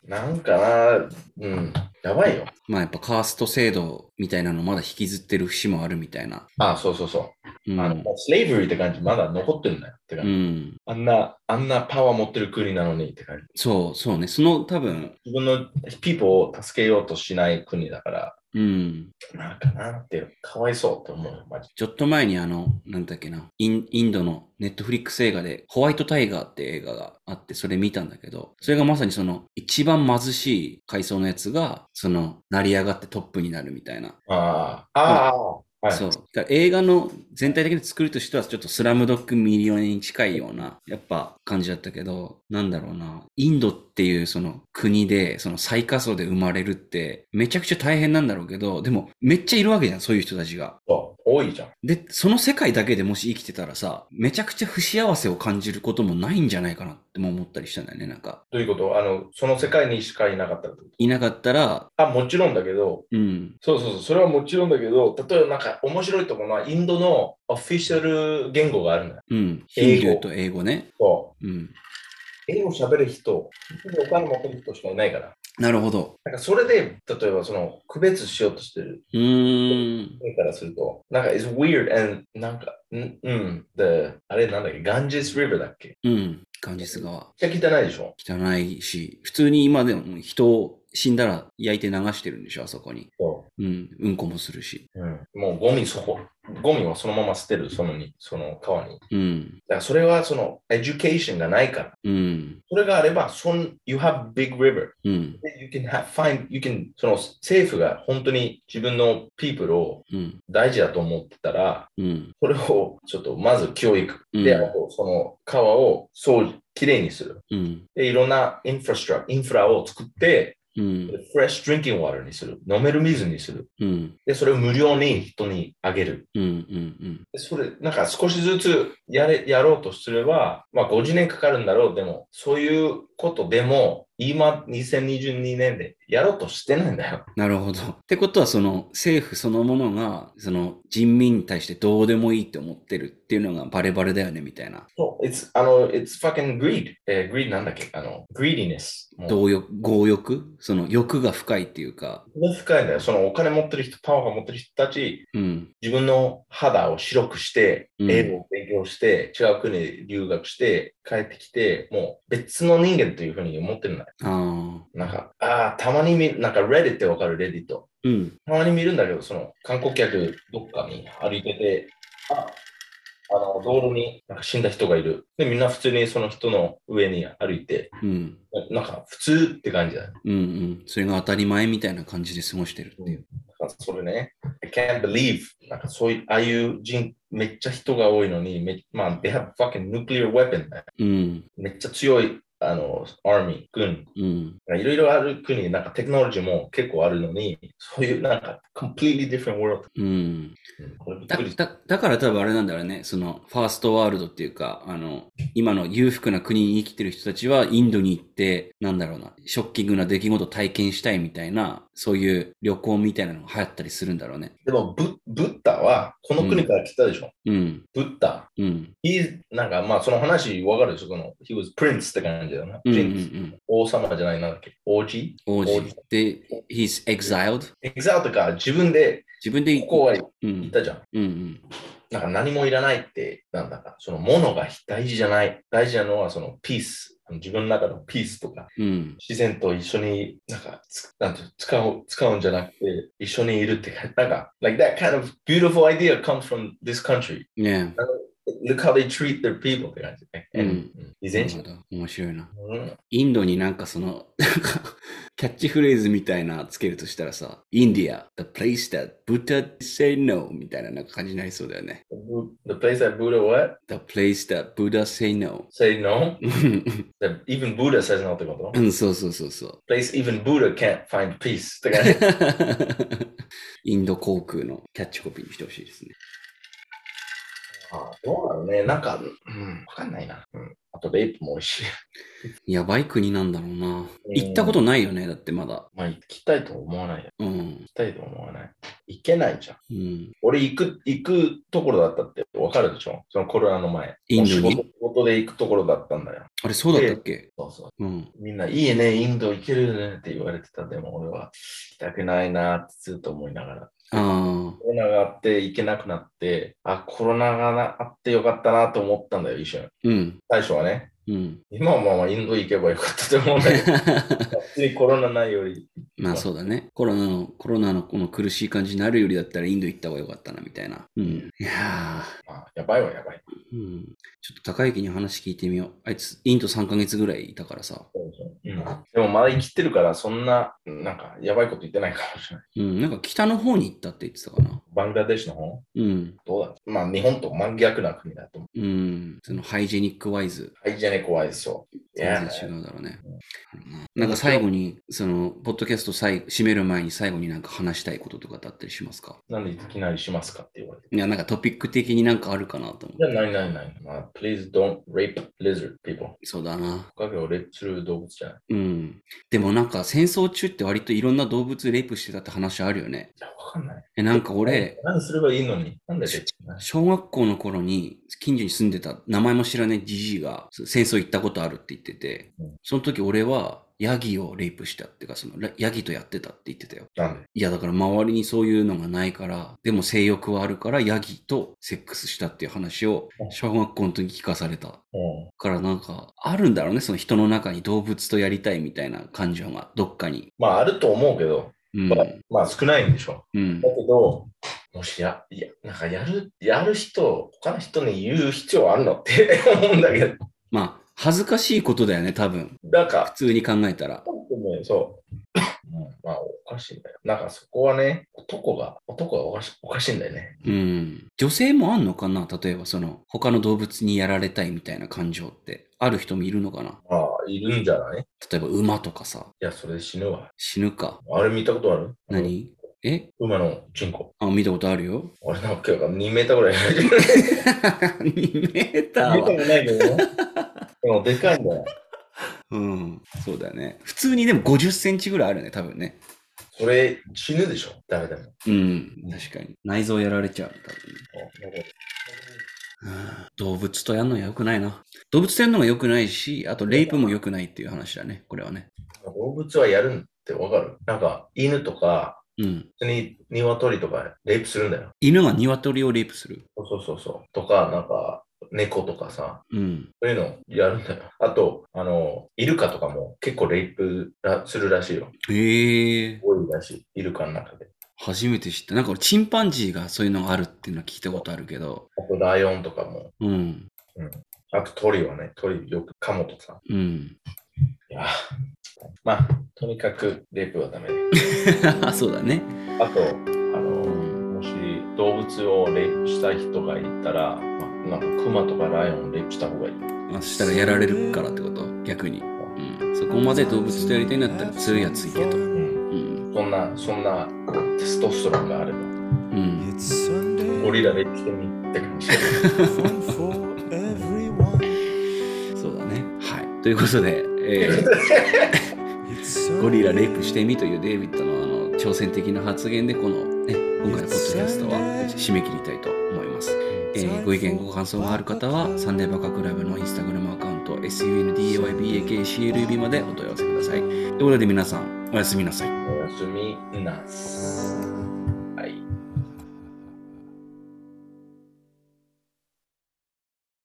B: なんかな、うん、やばいよ。
A: まあやっぱカースト制度みたいなのまだ引きずってる節もあるみたいな。
B: あそうそうそ
A: うん。
B: あの、スレイブリーって感じ、まだ残ってるんだよって感
A: う
B: じ。
A: ん。
B: あんな、あんなパワー持ってる国なのにって感じ。
A: そう、そうね。その多分、
B: 自分のピーポーを助けようとしない国だから、
A: うん。
B: なんかなって、かわいそうって思うよ、マジ
A: ちょっと前にあの、なんだっけな、インインドのネットフリックス映画で、ホワイトタイガーって映画があって、それ見たんだけど、それがまさにその、一番貧しい階層のやつが、その、成り上がってトップになるみたいな。
B: で。ああ、ああ、はい。
A: そう。だから映画の全体的に作りとしては、ちょっとスラムドッグミリオネに近いような、やっぱ感じだったけど、なんだろうな。インドっていうその国で、その最下層で生まれるって、めちゃくちゃ大変なんだろうけど、でも、めっちゃいるわけじゃん、そういう人たちが。
B: そう多いじゃん。
A: で、その世界だけでもし生きてたらさ、めちゃくちゃ不幸せを感じることもないんじゃないかなっても思ったりしたんだよね、なんか。
B: どういうことあの、その世界にしかいなかったってこ
A: いなかったら、
B: とあ、もちろんだけど、
A: うん、
B: そうそうそう、それはもちろんだけど、例えばなんか面白いところは、インドのオフィシャル言語があるんだよ。
A: うん。ヒ
B: 英
A: ン
B: 語
A: ドゥーと英語ね。
B: そう。
A: うん。
B: 英語喋る人、お金持ってる人しかいないから。
A: なるほど。
B: なんかそれで、例えばその、区別しようとしてる
A: うーん。
B: 人からすると、なんか、it's weird and なんか、んうん、で、あれなんだっけ、ガンジス・リバーだっけ
A: うん。感じすが。
B: めっちゃ汚いでしょ
A: 汚いし、普通に今でも人を死んだら焼いて流してるんでしょ、あそこに。
B: そ
A: うん、うんこもするし。
B: う、ん。もうゴミそこ、ゴミはそのまま捨てる、そのに、その川に。だ
A: うん、
B: からそれはその、エデュケーションがないから。
A: うん、
B: それがあれば、そん you have big river.
A: うん、
B: You can have, find, you can, その政府が本当に自分の people を
A: うん、
B: 大事だと思ってたら、
A: うん、
B: それをちょっとまず教育。
A: うん
B: で、あとその川を掃除、きれいにする。
A: うん、
B: で、いろんなインフラストラインフラを作って、
A: うん、
B: フレッシュドリンキングワールにする。飲める水にする。
A: うん、
B: で、それを無料に人にあげる。
A: うん、うん、
B: でそれ、なんか少しずつやれ、やろうとすれば、まあ50年かかるんだろう。でも、そういうことでも、今、2022年でやろうとしてないんだよ。
A: なるほど。ってことは、その政府そのものが、その人民に対してどうでもいいって思ってるっていうのがバレバレだよね、みたいな。
B: そう、it's, あの、it's fucking greed. えー、greed なんだっけあの、greediness。もう、
A: 動欲、強欲その欲が深いっていうか、
B: これ深いんだよ。そのお金持ってる人、パワーが持ってる人たち、
A: うん、
B: 自分の肌を白くして、
A: うん
B: 英語を勉強して、違う国に留学して、帰ってきて、もう別の人間というふうに思ってるんだよ。
A: ああ、
B: なんか、ああ、たまに見る、なんか、レディってわかる、レディット。
A: うん、
B: たまに見るんだけど、その、観光客どっかに歩いてて、あ、あの、道路になんか死んだ人がいる。で、みんな普通にその人の上に歩いて、
A: うん、
B: ななんか、普通って感じだよ。
A: うん、うん。それが当たり前みたいな感じで過ごしてるっていう。
B: なんかそれね、I can't believe、なんかそういう、ああいう人、めっちゃ人が多いのに、めまあ、they have fucking nuclear weapon だよ。
A: うん、
B: めっちゃ強い、あの、アーミー、軍。
A: うん、
B: いろいろある国、なんかテクノロジーも結構あるのに、そういうなんか、completely different world。
A: うん。
B: これびっ
A: だ
B: くりした。
A: だだから多分あれなんだろうね、そのファーストワールドっていうか、あの、今の裕福な国に生きてる人たちはインドに行って、なんだろうな、ショッキングな出来事を体験したいみたいな、そういう旅行みたいなのが流行ったりするんだろうね。
B: でもブ、ブッダはこの国から来たでしょ。
A: うん、
B: ブッダ。
A: うん、
B: He's- なんかまあ、その話わかるでしょ。その、he was prince って感じだよな。
A: うん、うんう
B: prince
A: ん。
B: 王様じゃないなんだっけ。王子
A: 王
B: 王
A: 子
B: 子。
A: で、he's exiled?
B: エグザーとか自分で
A: 自分で、
B: ここは行
A: う
B: っ
A: ん、
B: たじゃん。
A: うん、うん、
B: なんか何もいらないって、なんだか、そのものが大事じゃない。大事なのはそのピース。あの自分の中のピースとか、
A: うん、
B: 自然と一緒になんかつなんていう使う、使うんじゃなくて、一緒にいるってか、なんか、like that kind of beautiful idea comes from this country.
A: ね
B: Look how they treat their people って感じね。
A: うん
B: ん。依
A: え。な
B: 然
A: るほど。面白いな。
B: うん
A: インドになんかその、 なんか、キャッチフレーズみたいなつけるとしたらさ、India, the place that Buddha say no みたいななんか感じになりそうだよね。
B: The place that Buddha what?
A: The place that Buddha say no.
B: Say no?
A: うん、
B: That even Buddha says no ってこ
A: う
B: と
A: んそうそうそうそう。
B: ?Place even Buddha can't find peace って感じ。
A: インド航空のキャッチコピーにしてほしいですね。
B: あどうなのね、なんか、うん、わかんないな。うん、あと、レイプも美味しい。
A: やばい国なんだろうな。
B: うん
A: 行ったことないよね、だってまだ。
B: まあ、行きたいとは思わないよ。
A: うん
B: 行。きたいとは思わない。行けないじゃん。
A: うん。
B: 俺行く、行くところだったって分かるでしょそのコロナの前。
A: インドに
B: もう仕事仕事で行くところだったんだよ。
A: あれ、そうだったっけ
B: そうそう。
A: うん。
B: みんな、いいね、インド行けるねって言われてた。でも俺は行きたくないなってずっと思いながら。
A: ああ。
B: コロナがあって行けなくなって、あ、コロナがなあってよかったなと思ったんだよ、一瞬。
A: うん。
B: 最初はね。
A: うん。
B: 今はまあまあインド行けばよかったと思うんだ けど、 がっつりコロナないより。
A: まあそうだね。コロナの、コロナのこの苦しい感じになるよりだったらインド行った方が良かったな、みたいな。うん。いや
B: まあ、やばいはやばい。
A: ーうん。ちょっと高雪に話聞いてみよう。あいつ、インド3ヶ月ぐらいいたからさ。
B: うん、でもまだ生きてるから、そんな、なんか、やばいこと言ってないかもしれない。
A: うん。なんか北の方に行ったって言ってたかな。
B: バングラデシュの方
A: うん。
B: どうだろうまあ、日本と真逆な国だと思
A: うん。そのハイジェニックワイズ。
B: う。ハイジェネコワイズそう。いや
A: 全然違うだろうね。なんか最後に、その、ポッドキャスト最後締める前に最後になんか話したいこととかだったりしますか
B: なんでいきなりしますかって言われて。
A: いや、なんかトピック的になんかあるかなと思
B: じ
A: う。
B: ゃあ、ないないない。まあ、please don't rape lizard people.
A: そうだな。
B: トカゲをレイプする動物じゃない。
A: うん。でもなんか戦争中って割といろんな動物レイプしてたって話あるよね。
B: いや、わかんない。
A: え、なんか俺、
B: 何すればいいのに。なんでレイプしない
A: 小学校の頃に近所に住んでた名前も知らないじじいが戦争行ったことあるって言ってて
B: うん、
A: その時俺はヤギをレイプしたっていうか、そのラヤギとやってたって言ってたよ。
B: なんで
A: いやだから周りにそういうのがないから、でも性欲はあるからヤギとセックスしたっていう話を小学校の時聞かされた。だ
B: うん
A: からなんかあるんだろうね、その人の中に動物とやりたいみたいな感情がどっかに。
B: まあ、あると思うけど、
A: うん。
B: まあ、少ないんでしょ。
A: うん
B: だ。けど、もしや、いや、なんかやる、やる人、他の人に言う必要あるのって 思うんだけど、
A: まあ、恥ずかしいことだよね、多分。
B: なん
A: 普
B: か、
A: 通に考えたら。
B: そう。うんまあ、おかしいんだよ。なんかそこはね、男が、男がおかしおかしいんだよね。
A: うん。女性もあんのかな例えば、その、他の動物にやられたいみたいな感情って、ある人もいるのかな
B: まあ、いるんじゃないい
A: 例えば、馬とかさ、
B: や、それで死ぬわ。
A: 死ぬか。
B: あれ見たことある
A: 何え
B: 馬のチンコ。
A: あ、見たことあるよ。
B: 俺なんか2メーターぐらい。2
A: 2メーター
B: メーター
A: は。
B: もないけどね。でもでかいんだよ。
A: うん。そうだよね。普通にでも50センチぐらいあるよね、多分ね。
B: それ死ぬでしょ誰でも。
A: うん。確かに。内臓やられちゃう、多分。動物とやるのは良くないな。動物とやるのが良くないし、あとレイプも良くないっていう話だね、これはね。
B: 動物はやるんってわかるなんか犬とか
A: うん。
B: 普通に鶏とかレイプするんだよ。
A: 犬が鶏をレイプする。
B: そうそうそうそう。とか、なんか猫とかさ、
A: うん。
B: そういうのやるんだよ。あと、あの、イルカとかも結構レイプらするらしいよ。
A: へえ。
B: 多いらしい。イルカの中で。
A: 初めて知った。なんか俺チンパンジーがそういうのがあるっていうのは聞いたことあるけど。
B: あとライオンとかも。
A: うん。
B: あと鳥はね、鳥よくカモとか。
A: うん。
B: いやーまあ、とにかくレイプはダメで。
A: そうだね。
B: あと、あの、もし動物をレイプしたい人がいたら、まあ、なんかクマとかライオンをレイプした方がいい。
A: まあ、そしたらやられるからってこと逆に。うん。そこまで動物とやりたいんだったら強いやついけと。う
B: うん、
A: ん。
B: そんな、そんなテストステロンがあれば、
A: うん。
C: It's Sunday.
B: ゴリラレイプしてみって感じ。
C: Fun for everyone.
A: そうだね。はい。ということで、えー
C: It's Sunday.
A: ゴリラレイプしてみというデイビッドのあの挑戦的な発言でこの、ね、今回のポッドキャストは締め切りたいと思います、えーご意見ご感想がある方はサンデーバカクラブのインスタグラムアカウント SUNDAYBAKCLB までお問い合わせくださいということで皆さんおやすみなさい
B: おやすみなさい。